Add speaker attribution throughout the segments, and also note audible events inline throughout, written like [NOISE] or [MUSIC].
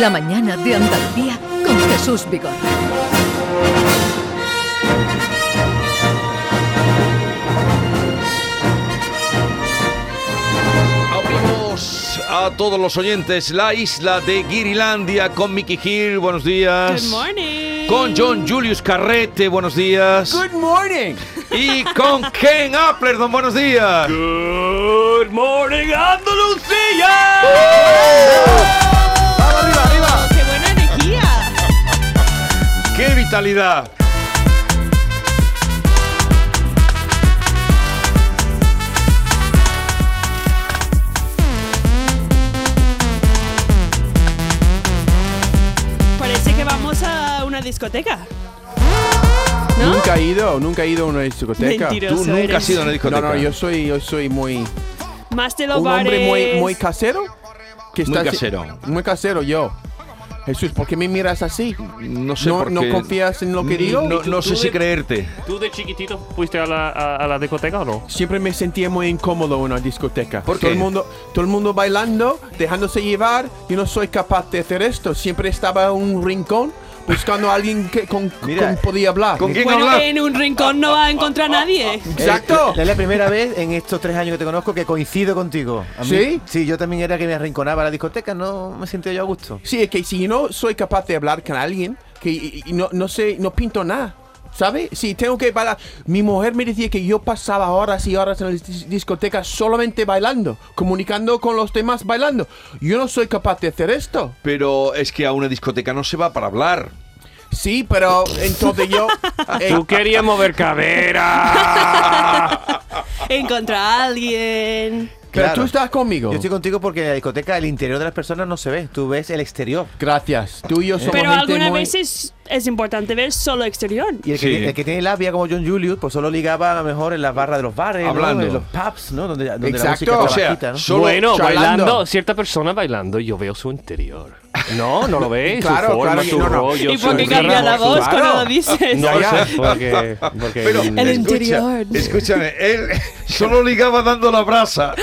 Speaker 1: La mañana de Andalucía con Jesús Vigorra.
Speaker 2: Abrimos a todos los oyentes la isla de Girilandia con Mickey Hill, buenos días.
Speaker 3: Good morning.
Speaker 2: Con John Julius Carrete, buenos días.
Speaker 4: Good morning.
Speaker 2: [LAUGHS] Y con Ken Appler, don buenos días.
Speaker 4: Good morning, Andalucía.
Speaker 2: ¡Oh!
Speaker 4: Vamos arriba, arriba.
Speaker 3: ¡Qué buena energía!
Speaker 2: ¡Qué vitalidad!
Speaker 3: Parece que vamos a una discoteca. ¿No?
Speaker 5: Nunca he ido, nunca he ido a una discoteca.
Speaker 3: Mentiroso
Speaker 2: Tú nunca has
Speaker 3: eres.
Speaker 2: ido a una discoteca.
Speaker 5: No, no, yo soy, yo soy muy.
Speaker 3: Más de los
Speaker 5: Un
Speaker 3: bares.
Speaker 5: hombre muy, muy casero. Que
Speaker 2: Muy
Speaker 5: está-
Speaker 2: casero.
Speaker 5: Muy casero, yo. Jesús, ¿por qué me miras así?
Speaker 2: No sé
Speaker 5: ¿No-
Speaker 2: por
Speaker 5: no
Speaker 2: qué.
Speaker 5: confías en lo que digo?
Speaker 2: No, no
Speaker 6: ¿Tú-
Speaker 2: sé
Speaker 6: tú
Speaker 2: si
Speaker 6: eres-
Speaker 2: creerte.
Speaker 6: ¿Tú de chiquitito fuiste a la, a, a la discoteca o no?
Speaker 5: Siempre me sentía muy incómodo en una discoteca.
Speaker 2: ¿Por
Speaker 5: todo
Speaker 2: qué?
Speaker 5: El mundo, todo el mundo bailando, dejándose llevar. Yo no soy capaz de hacer esto. Siempre estaba en un rincón buscando a alguien que, con,
Speaker 7: Mira,
Speaker 5: con podía hablar.
Speaker 2: ¿con quién?
Speaker 3: Bueno,
Speaker 2: hablar.
Speaker 3: que en un rincón no va a encontrar a nadie.
Speaker 5: Exacto.
Speaker 2: Eh,
Speaker 7: Eh, Es la, es la primera vez en estos tres años que te conozco que coincido contigo. A mí-
Speaker 5: ¿Sí?
Speaker 7: Sí, yo también era que me arrinconaba a la discoteca, no me sentía yo a gusto.
Speaker 5: Sí, es que si no soy capaz de hablar con alguien, que y- y no, no sé, no pinto nada. ¿Sabes? Si tengo que bailar. Mi mujer me decía que yo pasaba horas y horas en las dis- discotecas solamente bailando, comunicando con los demás bailando. Yo no soy capaz de hacer esto.
Speaker 2: Pero es que a una discoteca no se va para hablar.
Speaker 5: Sí, pero entonces
Speaker 7: [LAUGHS]
Speaker 5: yo. eh,
Speaker 6: ¡Tú querías mover cadera!
Speaker 3: Encontrar a alguien.
Speaker 5: pero
Speaker 7: Claro.
Speaker 5: tú estás conmigo.
Speaker 7: Yo estoy contigo porque en la discoteca el interior de las personas no se ve, tú ves el exterior.
Speaker 5: Gracias. Tú y yo somos
Speaker 3: Pero
Speaker 5: gente
Speaker 3: algunas
Speaker 5: muy-
Speaker 3: veces es importante ver solo exterior.
Speaker 7: Y el,
Speaker 2: Sí.
Speaker 7: que, el que tiene labia como John Julius, pues solo ligaba a lo mejor en las barras de los bares, ¿no?
Speaker 2: Hablando.
Speaker 7: en los pubs, ¿no? Donde, donde
Speaker 5: Exacto.
Speaker 7: la música
Speaker 2: O
Speaker 7: está
Speaker 2: sea,
Speaker 7: bajita, ¿no?
Speaker 2: solo
Speaker 6: bueno,
Speaker 5: charlando.
Speaker 6: bailando, cierta persona bailando, yo veo su interior. No, no lo ves,
Speaker 5: Claro,
Speaker 6: su forma,
Speaker 5: claro,
Speaker 6: su
Speaker 5: no, no.
Speaker 6: rollo,
Speaker 3: ¿Y
Speaker 6: su
Speaker 3: por qué cambia
Speaker 6: ritmo,
Speaker 3: la
Speaker 6: su-
Speaker 3: voz
Speaker 5: claro.
Speaker 3: cuando lo dices?
Speaker 6: No lo sé,
Speaker 5: Ya,
Speaker 6: porque, porque
Speaker 2: Pero,
Speaker 6: el-
Speaker 3: El
Speaker 2: escucha,
Speaker 3: interior.
Speaker 2: Escúchame,
Speaker 5: [LAUGHS]
Speaker 2: él solo ligaba dando la brasa.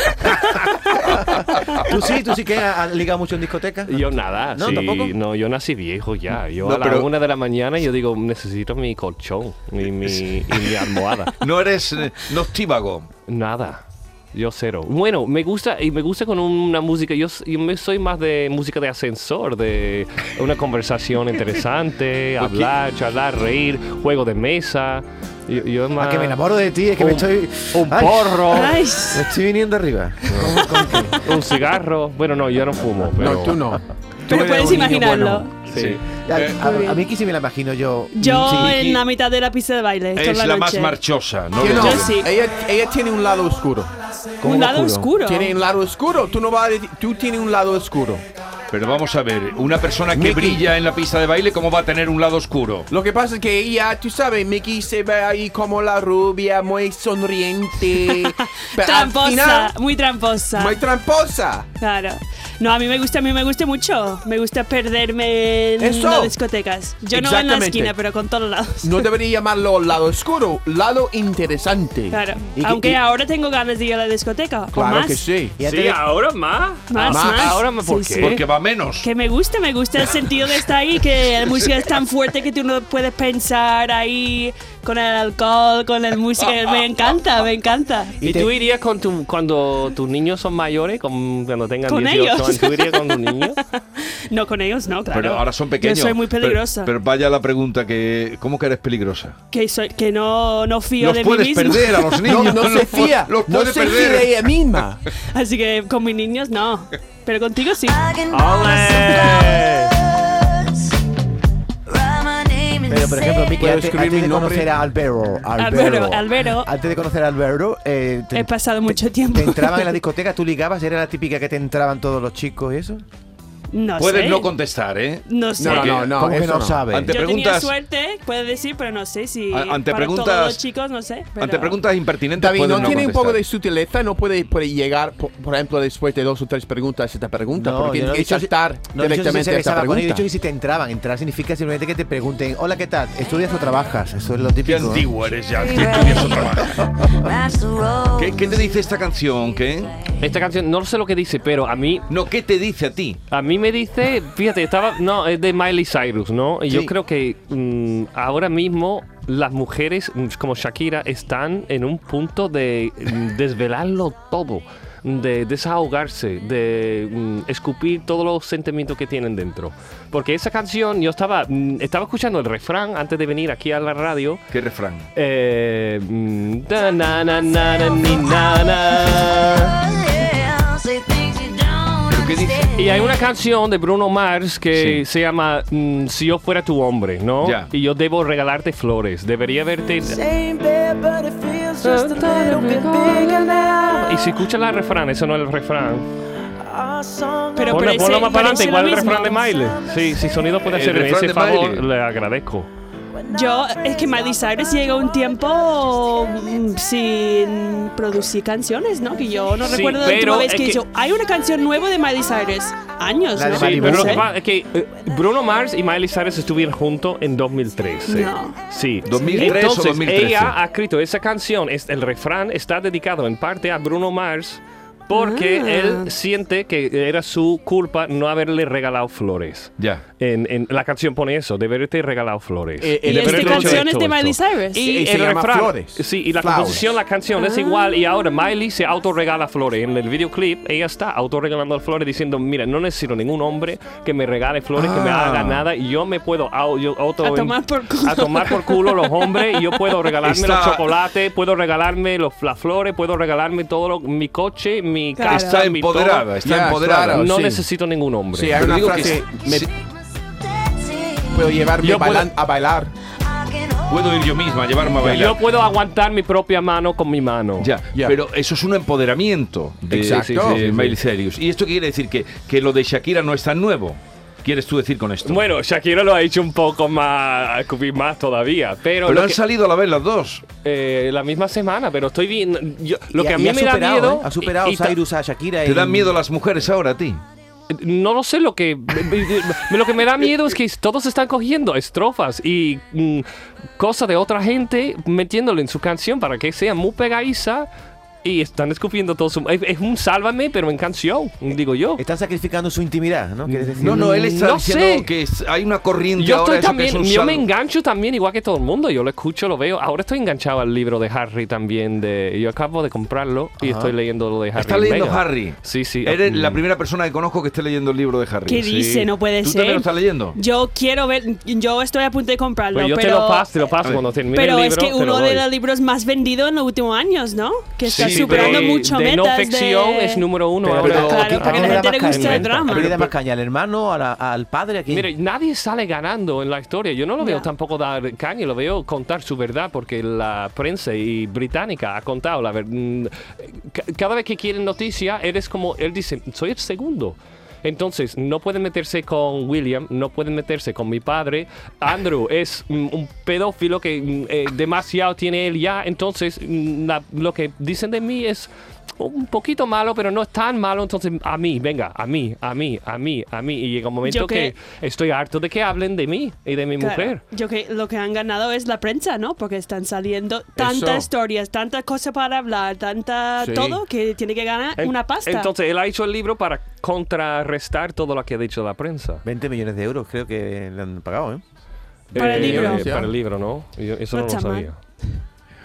Speaker 7: Tú sí, tú sí que has has ligado mucho en discoteca.
Speaker 6: yo nada,
Speaker 7: No,
Speaker 6: sí,
Speaker 7: tampoco.
Speaker 6: no, yo nací viejo ya. Yo
Speaker 2: No,
Speaker 6: a la
Speaker 2: pero-
Speaker 6: una de la mañana yo digo, necesito mi colchón y mi, y mi almohada.
Speaker 2: No eres eh, noctívago.
Speaker 6: Nada. Yo cero. Bueno, me gusta y me gusta con una música. Yo, s- yo me soy más de música de ascensor, de una conversación interesante, hablar, charlar, reír, juego de mesa. Yo, yo es más.
Speaker 7: Ah, que me enamoro de ti, es que me
Speaker 5: Oh.
Speaker 6: un-
Speaker 7: estoy.
Speaker 6: Un
Speaker 7: Ay,
Speaker 6: porro,
Speaker 3: Ay,
Speaker 7: Me estoy viniendo arriba.
Speaker 6: un cigarro. Bueno, no, yo no fumo. Pero,
Speaker 5: No, tú no.
Speaker 3: pero
Speaker 5: eres
Speaker 3: puedes
Speaker 5: un niño
Speaker 3: imaginarlo.
Speaker 5: bueno.
Speaker 6: Sí.
Speaker 7: A,
Speaker 2: Eh,
Speaker 7: a- a mí aquí sí me la imagino yo.
Speaker 3: Yo
Speaker 2: Sí, y-
Speaker 3: en la mitad de la pista de baile. toda
Speaker 2: Es la, más
Speaker 3: noche.
Speaker 2: marchosa. No
Speaker 5: Que
Speaker 2: lo
Speaker 5: no,
Speaker 3: Yo
Speaker 2: dudes.
Speaker 3: sí.
Speaker 5: ella, ella tiene un lado oscuro.
Speaker 3: Un lado oscuro.
Speaker 5: Tiene un lado oscuro. Tú no vas a decir- Tú tienes un lado oscuro.
Speaker 2: Pero vamos a ver, una persona que brilla en la pista de baile, ¿cómo va a tener un lado oscuro?
Speaker 5: Lo que pasa es que ella, tú sabes, Mickey se ve ahí como la rubia,
Speaker 3: [LAUGHS]
Speaker 5: muy sonriente. pero al
Speaker 3: Tramposa,
Speaker 5: final,
Speaker 3: muy tramposa.
Speaker 5: muy tramposa.
Speaker 3: Claro. No, a mí me gusta, a mí me gusta mucho. Me gusta perderme en
Speaker 5: Eso.
Speaker 3: las discotecas. Yo no en la
Speaker 5: Exactamente.
Speaker 3: esquina, pero con todos lados.
Speaker 5: No debería llamarlo lado oscuro, lado interesante.
Speaker 3: Claro.
Speaker 7: Y-
Speaker 3: Aunque
Speaker 7: y-
Speaker 3: ahora tengo ganas de ir a la discoteca. o
Speaker 5: Claro
Speaker 3: más.
Speaker 5: que sí.
Speaker 7: Y antes
Speaker 6: Sí,
Speaker 7: de-
Speaker 6: ahora más.
Speaker 3: Más,
Speaker 5: Ah,
Speaker 3: más.
Speaker 6: Ahora más, ¿por
Speaker 3: Sí,
Speaker 6: qué?
Speaker 3: sí.
Speaker 2: Porque va menos.
Speaker 3: Que me gusta, me gusta el sentido de estar ahí, que la música es tan fuerte que tú no puedes pensar ahí con el alcohol, con la música. Me encanta, me encanta.
Speaker 6: ¿Y, tú irías con tu, cuando tus niños son mayores, con- cuando tengan
Speaker 3: Con
Speaker 6: 18
Speaker 3: ellos.
Speaker 6: años? ¿Tú irías con
Speaker 3: [LAUGHS]
Speaker 6: tus niños?
Speaker 3: No con ellos, no, claro.
Speaker 2: Pero ahora son pequeños.
Speaker 3: Yo soy muy
Speaker 2: Pero-
Speaker 3: peligrosa.
Speaker 2: Pero, vaya la pregunta, que ¿cómo que eres peligrosa?
Speaker 3: que soy, que no, no fío
Speaker 2: Los
Speaker 3: de mí
Speaker 2: puedes
Speaker 3: misma.
Speaker 2: perder a los
Speaker 5: [LAUGHS] No,
Speaker 2: niños.
Speaker 5: no
Speaker 2: [LAUGHS]
Speaker 5: se
Speaker 2: los pu-
Speaker 5: fía.
Speaker 2: Los
Speaker 5: No
Speaker 2: puedes
Speaker 5: se fía
Speaker 2: perder.
Speaker 5: de ella misma.
Speaker 3: [LAUGHS] Así que con mis niños no. Pero contigo sí.
Speaker 6: ¡Ole!
Speaker 7: Pero por ejemplo, Miki,
Speaker 5: Puedo
Speaker 7: antes,
Speaker 5: escribir
Speaker 7: antes
Speaker 5: mi
Speaker 7: de
Speaker 5: nombre.
Speaker 7: conocer a Albero, Albero,
Speaker 3: Albero, Albero.
Speaker 7: antes de conocer a Albero, eh, te,
Speaker 3: He pasado mucho tiempo.
Speaker 7: te entraban en la discoteca, tú ligabas, era la típica que te entraban todos los chicos y eso.
Speaker 3: [LAUGHS] No
Speaker 2: Puedes
Speaker 3: sé.
Speaker 2: no contestar, ¿eh?
Speaker 3: No sé.
Speaker 5: No, no, no.
Speaker 7: ¿Cómo que
Speaker 5: eso
Speaker 7: no,
Speaker 5: no.
Speaker 7: sabes?
Speaker 2: Ante-
Speaker 3: Yo tenía
Speaker 2: preguntas-
Speaker 3: suerte, puedes decir, pero no sé si.
Speaker 2: A- ante
Speaker 3: para
Speaker 2: preguntas-
Speaker 3: Todos los chicos, no sé. pero-
Speaker 2: Ante preguntas impertinentes
Speaker 5: David,
Speaker 2: puedes
Speaker 5: ¿no, tiene un
Speaker 2: contestar.
Speaker 5: poco de sutileza? ¿No puede, puede llegar, por, por ejemplo, después de dos o tres preguntas, esta pregunta? porque
Speaker 7: yo
Speaker 5: tiene
Speaker 7: he
Speaker 5: que
Speaker 7: dicho si-
Speaker 5: saltar
Speaker 7: no, yo he dicho si
Speaker 5: directamente
Speaker 7: se
Speaker 5: a esta
Speaker 7: besaba con ellos,
Speaker 5: pregunta.
Speaker 7: Yo he dicho que si te entraban, entrar significa simplemente que te pregunten, hola, ¿qué tal? ¿Estudias o trabajas? Eso es lo
Speaker 2: Qué
Speaker 7: típico. ¿no?
Speaker 2: antiguo eres ya. que estudias otra vez. ¿Qué, qué te dice esta canción? ¿Qué?
Speaker 6: Esta canción, no sé lo que dice, pero a mí
Speaker 2: No, ¿qué te dice a ti?
Speaker 6: A mí mí me dice, fíjate, estaba, no, es de Miley Cyrus, ¿no? Y yo
Speaker 7: Sí.
Speaker 6: creo que mm, ahora mismo las mujeres mm, como Shakira están en un punto de mm, desvelarlo todo, de desahogarse, de mm, escupir todos los sentimientos que tienen dentro. Porque esa canción, yo estaba, mm, estaba escuchando el refrán antes de venir aquí a la radio.
Speaker 2: ¿Qué refrán?
Speaker 6: Eh, mm, da, na, na, na, na, ni, na, na.
Speaker 2: ¿Qué dice?
Speaker 6: Y hay una canción de Bruno Mars que se llama mm, Si yo fuera tu hombre, ¿no?
Speaker 2: Ya.
Speaker 6: Y yo debo regalarte flores. Debería verte. Y si escuchas la refrán, eso no es el refrán.
Speaker 3: Pero
Speaker 6: ponlo,
Speaker 3: parece-
Speaker 6: ponlo más para adelante,
Speaker 3: parece
Speaker 6: igual
Speaker 3: lo
Speaker 6: el refrán de
Speaker 3: mismo.
Speaker 6: Maile. Sí, si sonido puede
Speaker 2: El
Speaker 6: hacer
Speaker 2: refrán
Speaker 6: ese
Speaker 2: de
Speaker 6: favor,
Speaker 2: Miley.
Speaker 6: le agradezco.
Speaker 3: Yo, es que Miley Cyrus llega un tiempo mm, sin producir canciones, ¿no? Que yo no
Speaker 6: Sí,
Speaker 3: recuerdo la última
Speaker 6: pero
Speaker 3: vez
Speaker 6: es
Speaker 3: que,
Speaker 6: que-
Speaker 3: hizo. Hay una canción nueva de Miley Cyrus. Años,
Speaker 7: La de
Speaker 3: ¿no?
Speaker 6: Sí,
Speaker 7: Malibu.
Speaker 6: pero lo
Speaker 7: ¿eh?
Speaker 6: que pasa es que eh, Bruno Mars y Miley Cyrus estuvieron juntos en 2013.
Speaker 3: No.
Speaker 6: Sí.
Speaker 2: 2003 o
Speaker 6: Entonces,
Speaker 2: 2013.
Speaker 6: ella ha escrito esa canción, es, el refrán está dedicado en parte a Bruno Mars porque
Speaker 3: Ah.
Speaker 6: él siente que era su culpa no haberle regalado flores.
Speaker 2: Ya.
Speaker 6: En, en la canción pone eso, de haberte regalado flores.
Speaker 5: Eh, eh,
Speaker 3: Y
Speaker 5: de
Speaker 3: esta
Speaker 5: haberle
Speaker 6: hecho
Speaker 3: canción es
Speaker 6: esto,
Speaker 3: de Miley
Speaker 6: esto.
Speaker 3: Cyrus.
Speaker 6: Y
Speaker 5: Y se
Speaker 6: el
Speaker 5: llama
Speaker 6: refrán.
Speaker 5: Flores.
Speaker 6: Sí, y la
Speaker 5: Flowers.
Speaker 6: composición, la canción es igual. Y ahora Miley se autorregala flores. En el videoclip, ella está autorregalando flores diciendo: Mira, no necesito ningún hombre que me regale flores, que me
Speaker 7: Ah.
Speaker 6: haga nada. Y yo me puedo au- yo auto.
Speaker 3: A tomar por culo.
Speaker 6: a tomar por culo los hombres. Y yo puedo regalarme los
Speaker 2: Está-
Speaker 6: chocolates, puedo regalarme los, las flores, puedo regalarme todo lo- mi coche, mi
Speaker 3: Claro.
Speaker 6: casa.
Speaker 2: Está
Speaker 6: mi todo.
Speaker 2: empoderada, está
Speaker 5: Ya,
Speaker 2: empoderada.
Speaker 5: claro.
Speaker 6: No
Speaker 5: sí.
Speaker 6: necesito ningún hombre.
Speaker 5: Sí, hay
Speaker 2: Pero
Speaker 5: una
Speaker 2: digo
Speaker 5: frase.
Speaker 2: que
Speaker 5: me
Speaker 2: sí.
Speaker 5: puedo llevarme
Speaker 6: Yo puedo-
Speaker 5: bailan- a bailar.
Speaker 2: Puedo ir yo misma, a llevarme a bailar.
Speaker 6: Yo puedo aguantar mi propia mano con mi mano.
Speaker 2: Ya,
Speaker 5: Ya.
Speaker 2: pero eso es un empoderamiento de,
Speaker 5: Exacto.
Speaker 2: de
Speaker 5: Sí, sí, sí.
Speaker 2: Miley Cyrus. ¿Y esto qué quiere decir? Que, que lo de Shakira no es tan nuevo. ¿Quieres tú decir con esto?
Speaker 6: Bueno, Shakira lo ha hecho un poco más, a escupir más todavía, pero,
Speaker 2: pero
Speaker 6: lo
Speaker 2: han
Speaker 6: que-
Speaker 2: salido a la vez las dos.
Speaker 6: eh, la misma semana, pero estoy bien. yo- lo
Speaker 7: Y-
Speaker 6: que a
Speaker 7: y
Speaker 6: mí
Speaker 7: ha
Speaker 6: me da
Speaker 7: superado,
Speaker 6: miedo.
Speaker 7: ¿eh? Ha superado
Speaker 6: y- y ta-
Speaker 7: Cyrus a Shakira.
Speaker 2: ¿Te dan
Speaker 7: en-
Speaker 2: miedo las mujeres ahora a ti?
Speaker 6: No lo sé, lo que, lo que me da miedo es que todos están cogiendo estrofas y mm, cosas de otra gente metiéndolo en su canción para que sea muy pegadiza y están escupiendo todo su. Es, es un sálvame, pero en canción, digo yo.
Speaker 7: Están sacrificando su intimidad, ¿no? ¿Quieres decir?
Speaker 2: No, no, él está
Speaker 6: no
Speaker 2: diciendo
Speaker 6: sé.
Speaker 2: que es- hay una corriente
Speaker 6: Yo
Speaker 2: ahora
Speaker 6: estoy
Speaker 2: eso
Speaker 6: también,
Speaker 2: que es un
Speaker 6: yo
Speaker 2: sal-
Speaker 6: me engancho también igual que todo el mundo. Yo lo escucho, lo veo. Ahora estoy enganchado al libro de Harry también. De, yo acabo de comprarlo y estoy leyendo lo de Harry.
Speaker 2: Está leyendo
Speaker 6: Meghan.
Speaker 2: Harry.
Speaker 6: Sí, sí.
Speaker 2: Eres
Speaker 6: Mm.
Speaker 2: la primera persona que conozco que esté leyendo el libro de Harry.
Speaker 3: ¿Qué dice? No puede
Speaker 2: ¿Tú
Speaker 3: ser.
Speaker 2: también lo estás leyendo?
Speaker 3: Yo quiero ver, yo estoy a punto de comprarlo,
Speaker 6: Pues yo
Speaker 3: pero,
Speaker 6: te lo paso, te lo paso
Speaker 2: ver.
Speaker 6: cuando termine
Speaker 3: pero
Speaker 6: el
Speaker 3: es
Speaker 6: libro.
Speaker 3: que
Speaker 6: te lo
Speaker 3: uno de
Speaker 6: doy.
Speaker 3: los libros más vendidos en los últimos años, ¿no? Que está
Speaker 2: Sí,
Speaker 3: superando
Speaker 6: de,
Speaker 3: mucho
Speaker 6: de
Speaker 3: metas
Speaker 6: no ficción
Speaker 3: de-
Speaker 6: es número uno.
Speaker 7: Pero-
Speaker 6: ahora.
Speaker 7: pero-
Speaker 3: Claro,
Speaker 7: ¿a
Speaker 3: porque
Speaker 7: quién
Speaker 3: la
Speaker 7: le da
Speaker 3: gente le
Speaker 7: más
Speaker 3: gusta el
Speaker 7: caña?
Speaker 3: drama.
Speaker 7: ¿A quién le da más caña? ¿Al hermano? a la- ¿Al padre? ¿A quién?
Speaker 6: Mire, nadie sale ganando en la historia. Yo no lo veo
Speaker 3: Ya.
Speaker 6: tampoco dar caña, lo veo contar su verdad porque la prensa y británica ha contado la verdad. Cada vez que quieren noticia, eres como él dice, soy el segundo. Entonces, no pueden meterse con William, no pueden meterse con mi padre.
Speaker 3: [LAUGHS]
Speaker 6: Andrew es mm, un pedófilo que mm, eh, demasiado tiene él ya. Entonces, mm, la- lo que dicen de mí es un poquito malo, pero no es tan malo. Entonces, a mí, venga, a mí, a mí, a mí, a mí. Y llega un momento
Speaker 3: Yo
Speaker 6: que,
Speaker 3: que-
Speaker 6: estoy harto de que hablen de mí y de mi
Speaker 3: Claro.
Speaker 6: mujer.
Speaker 3: Yo que lo que han ganado es la prensa, ¿no? Porque están saliendo tantas
Speaker 5: Eso.
Speaker 3: historias, tantas cosas para hablar, tanta
Speaker 5: Sí.
Speaker 3: todo que tiene que ganar
Speaker 6: En-
Speaker 3: una pasta.
Speaker 6: Entonces, él ha hecho el libro para contrarrestar todo lo que ha dicho la prensa.
Speaker 7: 20 millones de euros creo que le han pagado, ¿eh?
Speaker 3: Para el libro.
Speaker 6: eh,
Speaker 3: Pues,
Speaker 6: Para el libro, ¿no? Yo- eso no,
Speaker 3: No
Speaker 6: lo
Speaker 3: está mal.
Speaker 6: sabía.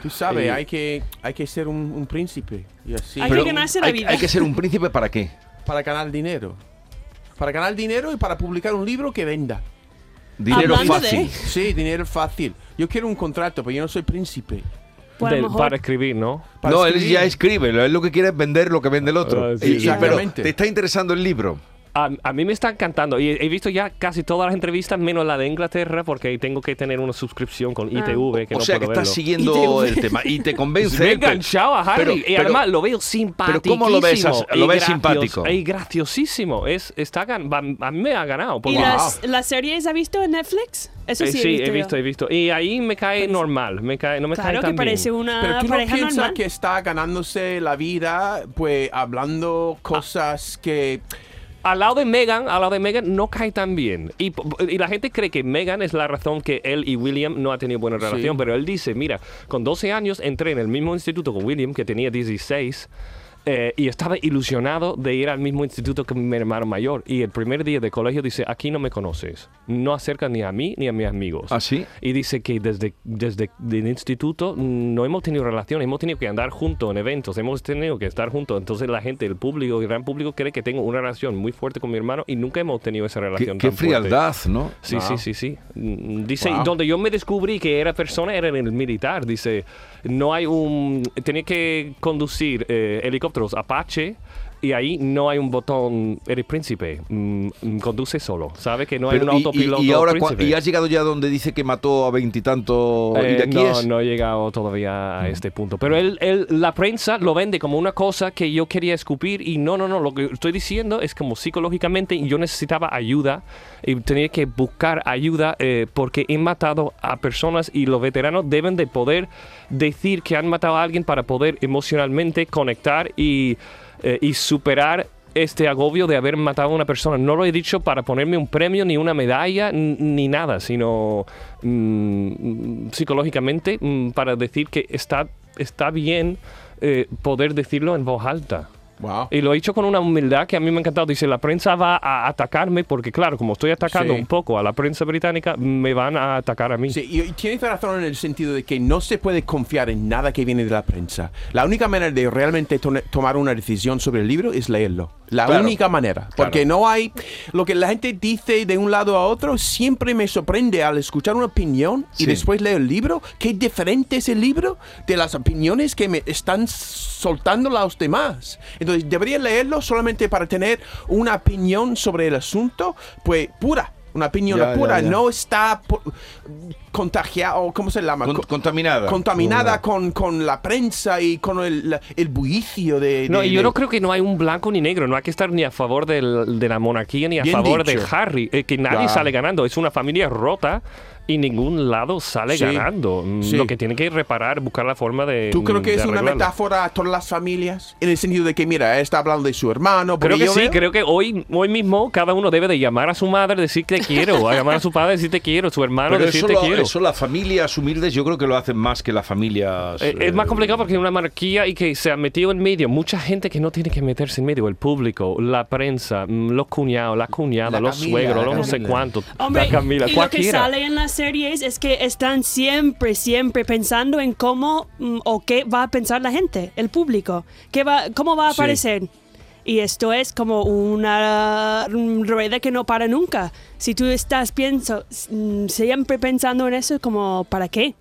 Speaker 5: Tú sabes,
Speaker 6: Eh,
Speaker 5: hay que, hay que ser un, un príncipe. Y así.
Speaker 3: Hay
Speaker 2: Pero
Speaker 3: que ganarse la
Speaker 2: hay-
Speaker 3: vida.
Speaker 2: hay que ser un príncipe para qué?
Speaker 5: Para ganar dinero. Para ganar dinero y para publicar un libro que venda.
Speaker 2: Dinero
Speaker 3: Hablando de-
Speaker 2: fácil.
Speaker 5: Sí, dinero fácil. Yo quiero un contrato, pero yo no soy príncipe.
Speaker 3: Pues a lo
Speaker 6: Del-
Speaker 3: mejor-
Speaker 6: para escribir, ¿no?
Speaker 5: Para
Speaker 2: no, él
Speaker 5: escribir.
Speaker 2: ya escribe, lo- él lo que quiere es vender lo que vende el otro.
Speaker 6: Ah, sí,
Speaker 2: Y- y- pero
Speaker 5: exactamente.
Speaker 2: te está interesando el libro.
Speaker 6: A, a mí me está encantando y he he visto ya casi todas las entrevistas menos la de Inglaterra porque tengo que tener una suscripción
Speaker 3: Ah.
Speaker 6: con ITV que
Speaker 2: o
Speaker 6: no
Speaker 2: sea que
Speaker 6: puedo
Speaker 2: estás
Speaker 6: verlo.
Speaker 2: siguiendo el tema y
Speaker 3: [LAUGHS]
Speaker 2: te convence.
Speaker 6: Me he
Speaker 2: él, pero-
Speaker 6: enganchado a Harry.
Speaker 2: pero-
Speaker 6: y
Speaker 2: pero-
Speaker 6: además lo veo simpático.
Speaker 2: ¿cómo lo ves? Lo ves simpático.
Speaker 6: Y graciosísimo. Es, está, gan- va- a mí me ha ganado.
Speaker 3: ¿Y
Speaker 6: porque-
Speaker 3: las, las series ha visto en Netflix? Eso
Speaker 6: pues, Eh,
Speaker 3: sí,
Speaker 6: sí, he
Speaker 3: yo.
Speaker 6: visto, he visto. Y ahí me cae normal. Me cae, no me cae
Speaker 3: Claro
Speaker 6: tan
Speaker 3: que parece
Speaker 6: bien.
Speaker 3: una
Speaker 5: Pero tú no
Speaker 3: pareja
Speaker 5: piensas
Speaker 3: normal.
Speaker 5: que está ganándose la vida, pues hablando cosas que.
Speaker 6: Al lado de Megan, al lado de Megan no cae tan bien. Y, po- y la gente cree que Megan es la razón que él y William no ha tenido buena relación. Pero él dice, mira, con 12 años entré en el mismo instituto con William, que tenía 16. eh, y estaba ilusionado de ir al mismo instituto que mi hermano mayor. Y el primer día de colegio dice, aquí no me conoces. No acerca ni a mí ni a mis amigos.
Speaker 2: ¿Ah, sí?
Speaker 6: Y dice que desde, desde el instituto no hemos tenido relaciones, hemos tenido que andar juntos en eventos, hemos tenido que estar juntos. Entonces la gente, el público, el gran público cree que tengo una relación muy fuerte con mi hermano y nunca hemos tenido esa
Speaker 2: Qué,
Speaker 6: relación.
Speaker 2: qué
Speaker 6: tan fuerte.
Speaker 2: frialdad, ¿no?
Speaker 6: Sí,
Speaker 2: Ah.
Speaker 6: sí, sí, sí. Mm, Dice,
Speaker 2: Wow.
Speaker 6: donde yo me descubrí que era persona era en el militar. Dice, no hay un... Tenía que conducir eh, helicópteros Apache y ahí no hay un botón, eres príncipe, mm, mm, conduce solo. ¿Sabe que no hay
Speaker 2: Pero
Speaker 6: un
Speaker 2: y- y,
Speaker 6: autopiloto
Speaker 2: y ahora cua-
Speaker 6: príncipe?
Speaker 2: y has llegado ya donde dice que mató a veintitantos
Speaker 6: Eh, no,
Speaker 2: iraquíes.
Speaker 6: no he llegado todavía a este punto. Pero él, él- la prensa lo vende como una cosa que yo quería escupir y no, no, no. Lo que estoy diciendo es como psicológicamente yo necesitaba ayuda y tenía que buscar ayuda eh, porque he matado a personas y los veteranos deben de poder decir que han matado a alguien para poder emocionalmente conectar y, eh, y superar este agobio de haber matado a una persona. No lo he dicho para ponerme un premio, ni una medalla, n- ni nada, sino mm, mm, psicológicamente mm, para decir que está, está bien eh, poder decirlo en voz alta.
Speaker 5: Wow.
Speaker 6: Y lo he hecho con una humildad que a mí me ha encantado. Dice, la prensa va a atacarme porque, claro, como estoy atacando
Speaker 5: Sí.
Speaker 6: un poco a la prensa británica, me van a atacar a mí.
Speaker 5: Sí, y, y tienes razón en el sentido de que no se puede confiar en nada que viene de la prensa. La única manera de realmente tone- tomar una decisión sobre el libro es leerlo. La
Speaker 2: Claro.
Speaker 5: única manera. Porque no hay. Lo que la gente dice de un lado a otro siempre me sorprende al escuchar una opinión
Speaker 2: Sí.
Speaker 5: y después leo el libro. Qué diferente es el libro de las opiniones que me están soltando los demás. Entonces debería leerlo solamente para tener una opinión sobre el asunto, pues pura. Una opinión
Speaker 7: Ya, ya,
Speaker 5: pura,
Speaker 7: ya.
Speaker 5: no está po- contagiada, o ¿cómo se llama?
Speaker 2: Con-
Speaker 5: Co-
Speaker 2: contaminada.
Speaker 5: contaminada con, con la prensa y con el, la- el bullicio de...
Speaker 6: No,
Speaker 5: de-
Speaker 6: y yo
Speaker 5: de-
Speaker 6: no creo que no hay un blanco ni negro. No hay que estar ni a favor del- de la monarquía ni a
Speaker 5: Bien
Speaker 6: favor
Speaker 5: dicho.
Speaker 6: de Harry. Eh, que nadie
Speaker 5: Ya.
Speaker 6: sale ganando. Es una familia rota y ningún lado sale
Speaker 5: Sí.
Speaker 6: ganando. Mm,
Speaker 5: Sí.
Speaker 6: Lo que tiene que reparar, buscar la forma de.
Speaker 5: ¿Tú creo
Speaker 6: mm,
Speaker 5: que
Speaker 6: de
Speaker 5: es una
Speaker 6: arreglarlo.
Speaker 5: metáfora a todas las familias? En el sentido de que, mira, él está hablando de su hermano.
Speaker 6: Creo
Speaker 5: porque
Speaker 6: que
Speaker 5: yo
Speaker 6: sí,
Speaker 5: veo-
Speaker 6: creo que hoy, hoy mismo cada uno debe de llamar a su madre, decir te quiero, a llamar a su padre, decir te quiero, su hermano,
Speaker 2: Pero
Speaker 6: decir
Speaker 2: eso,
Speaker 6: te
Speaker 2: lo-
Speaker 6: quiero.
Speaker 2: eso las familias humildes yo creo que lo hacen más que las familias...
Speaker 6: Eh, es más
Speaker 2: eh,
Speaker 6: complicado porque es una monarquía y que se ha metido en medio. Mucha gente que no tiene que meterse en medio. El público, la prensa, mm, los cuñados, las cuñadas,
Speaker 7: La
Speaker 6: los
Speaker 7: Camila,
Speaker 6: suegros,
Speaker 7: la
Speaker 6: los no sé
Speaker 7: Camila.
Speaker 6: cuántos.
Speaker 3: Hombre,
Speaker 6: la Camila,
Speaker 3: y lo que
Speaker 6: cualquiera.
Speaker 3: sale en las series es que están siempre, siempre pensando en cómo mm, o qué va a pensar la gente, el público, qué va, cómo va a
Speaker 5: Sí.
Speaker 3: aparecer. Y esto es como una mm, rueda que no para nunca. Si tú estás pienso, mm, siempre pensando en eso, es como, ¿para qué?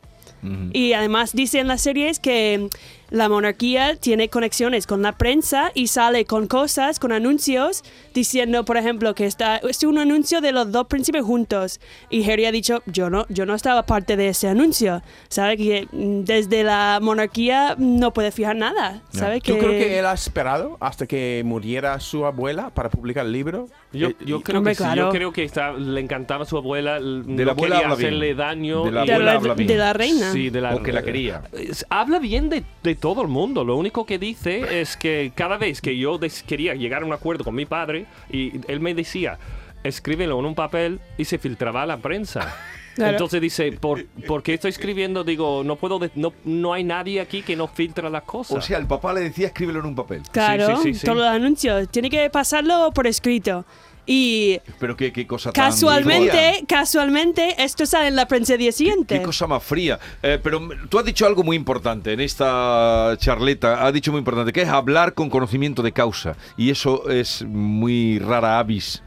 Speaker 3: Y además dice en las series que mm, la monarquía tiene conexiones con la prensa y sale con cosas, con anuncios, diciendo, por ejemplo, que está es un anuncio de los dos príncipes juntos. Y Harry ha dicho, yo no, yo no estaba parte de ese anuncio. Sabe que mm, desde la monarquía no puede fijar nada. Sabe
Speaker 5: ¿Tú
Speaker 3: que,
Speaker 5: creo que él ha esperado hasta que muriera su abuela para publicar el libro?
Speaker 6: Yo,
Speaker 5: Eh,
Speaker 6: yo creo
Speaker 3: hombre,
Speaker 6: que sí,
Speaker 3: claro.
Speaker 6: yo creo que está, le encantaba a su abuela, l-
Speaker 2: De
Speaker 6: no
Speaker 2: la abuela
Speaker 6: quería
Speaker 2: habla bien.
Speaker 6: hacerle daño.
Speaker 2: De la
Speaker 6: y-
Speaker 3: de,
Speaker 2: abuela
Speaker 3: la,
Speaker 2: habla bien.
Speaker 3: de la reina.
Speaker 6: Sí, de la,
Speaker 2: O que la quería.
Speaker 6: Es- Habla bien de, de todo el mundo. Lo único que dice es que cada vez que yo des- quería llegar a un acuerdo con mi padre, y él me decía, escríbelo en un papel y se filtraba a la prensa.
Speaker 3: [LAUGHS] Claro.
Speaker 6: Entonces dice, ¿por, ¿por qué estoy escribiendo? Digo, no puedo, de- no, no hay nadie aquí que no filtra las cosas.
Speaker 2: O sea, el papá le decía escríbelo en un papel.
Speaker 3: Claro,
Speaker 6: sí, sí, sí.
Speaker 3: todos los anuncios. Tiene que pasarlo por escrito. Y
Speaker 2: Pero qué, qué cosa tan fría.
Speaker 3: Casualmente, casualmente, esto sale en la prensa día siguiente.
Speaker 2: Qué cosa más fría. Eh, pero m- tú has dicho algo muy importante en esta charleta, has dicho muy importante, que es hablar con conocimiento de causa. Y eso es muy rara avis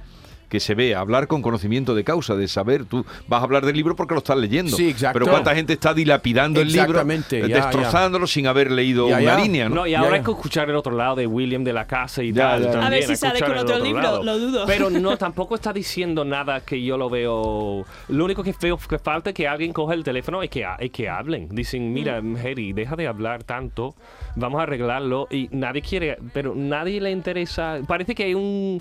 Speaker 2: que se ve, hablar con conocimiento de causa, de saber, tú vas a hablar del libro porque lo estás leyendo.
Speaker 5: Sí, exacto.
Speaker 2: Pero cuánta gente está dilapidando el libro,
Speaker 5: Exactamente,
Speaker 2: eh,
Speaker 5: ya,
Speaker 2: destrozándolo sin haber leído
Speaker 5: Ya,
Speaker 2: una
Speaker 5: ya.
Speaker 2: línea. ¿no?
Speaker 6: No, y
Speaker 5: Ya,
Speaker 6: ahora
Speaker 5: ya.
Speaker 6: hay que escuchar el otro lado de William de la casa y
Speaker 2: Ya,
Speaker 6: tal.
Speaker 2: ya. A
Speaker 6: también,
Speaker 3: ver si
Speaker 6: hay que
Speaker 3: sale con
Speaker 6: escuchar el
Speaker 3: otro libro,
Speaker 6: lado.
Speaker 3: lo dudo.
Speaker 6: Pero
Speaker 3: [LAUGHS]
Speaker 6: no, tampoco está diciendo nada que yo lo veo. Lo único que veo que falta es que alguien coja el teléfono y que, ha- y que hablen. Dicen, mira,
Speaker 3: Mm.
Speaker 6: Harry, deja de hablar tanto, vamos a arreglarlo. Y nadie quiere, pero nadie le interesa. Parece que hay un.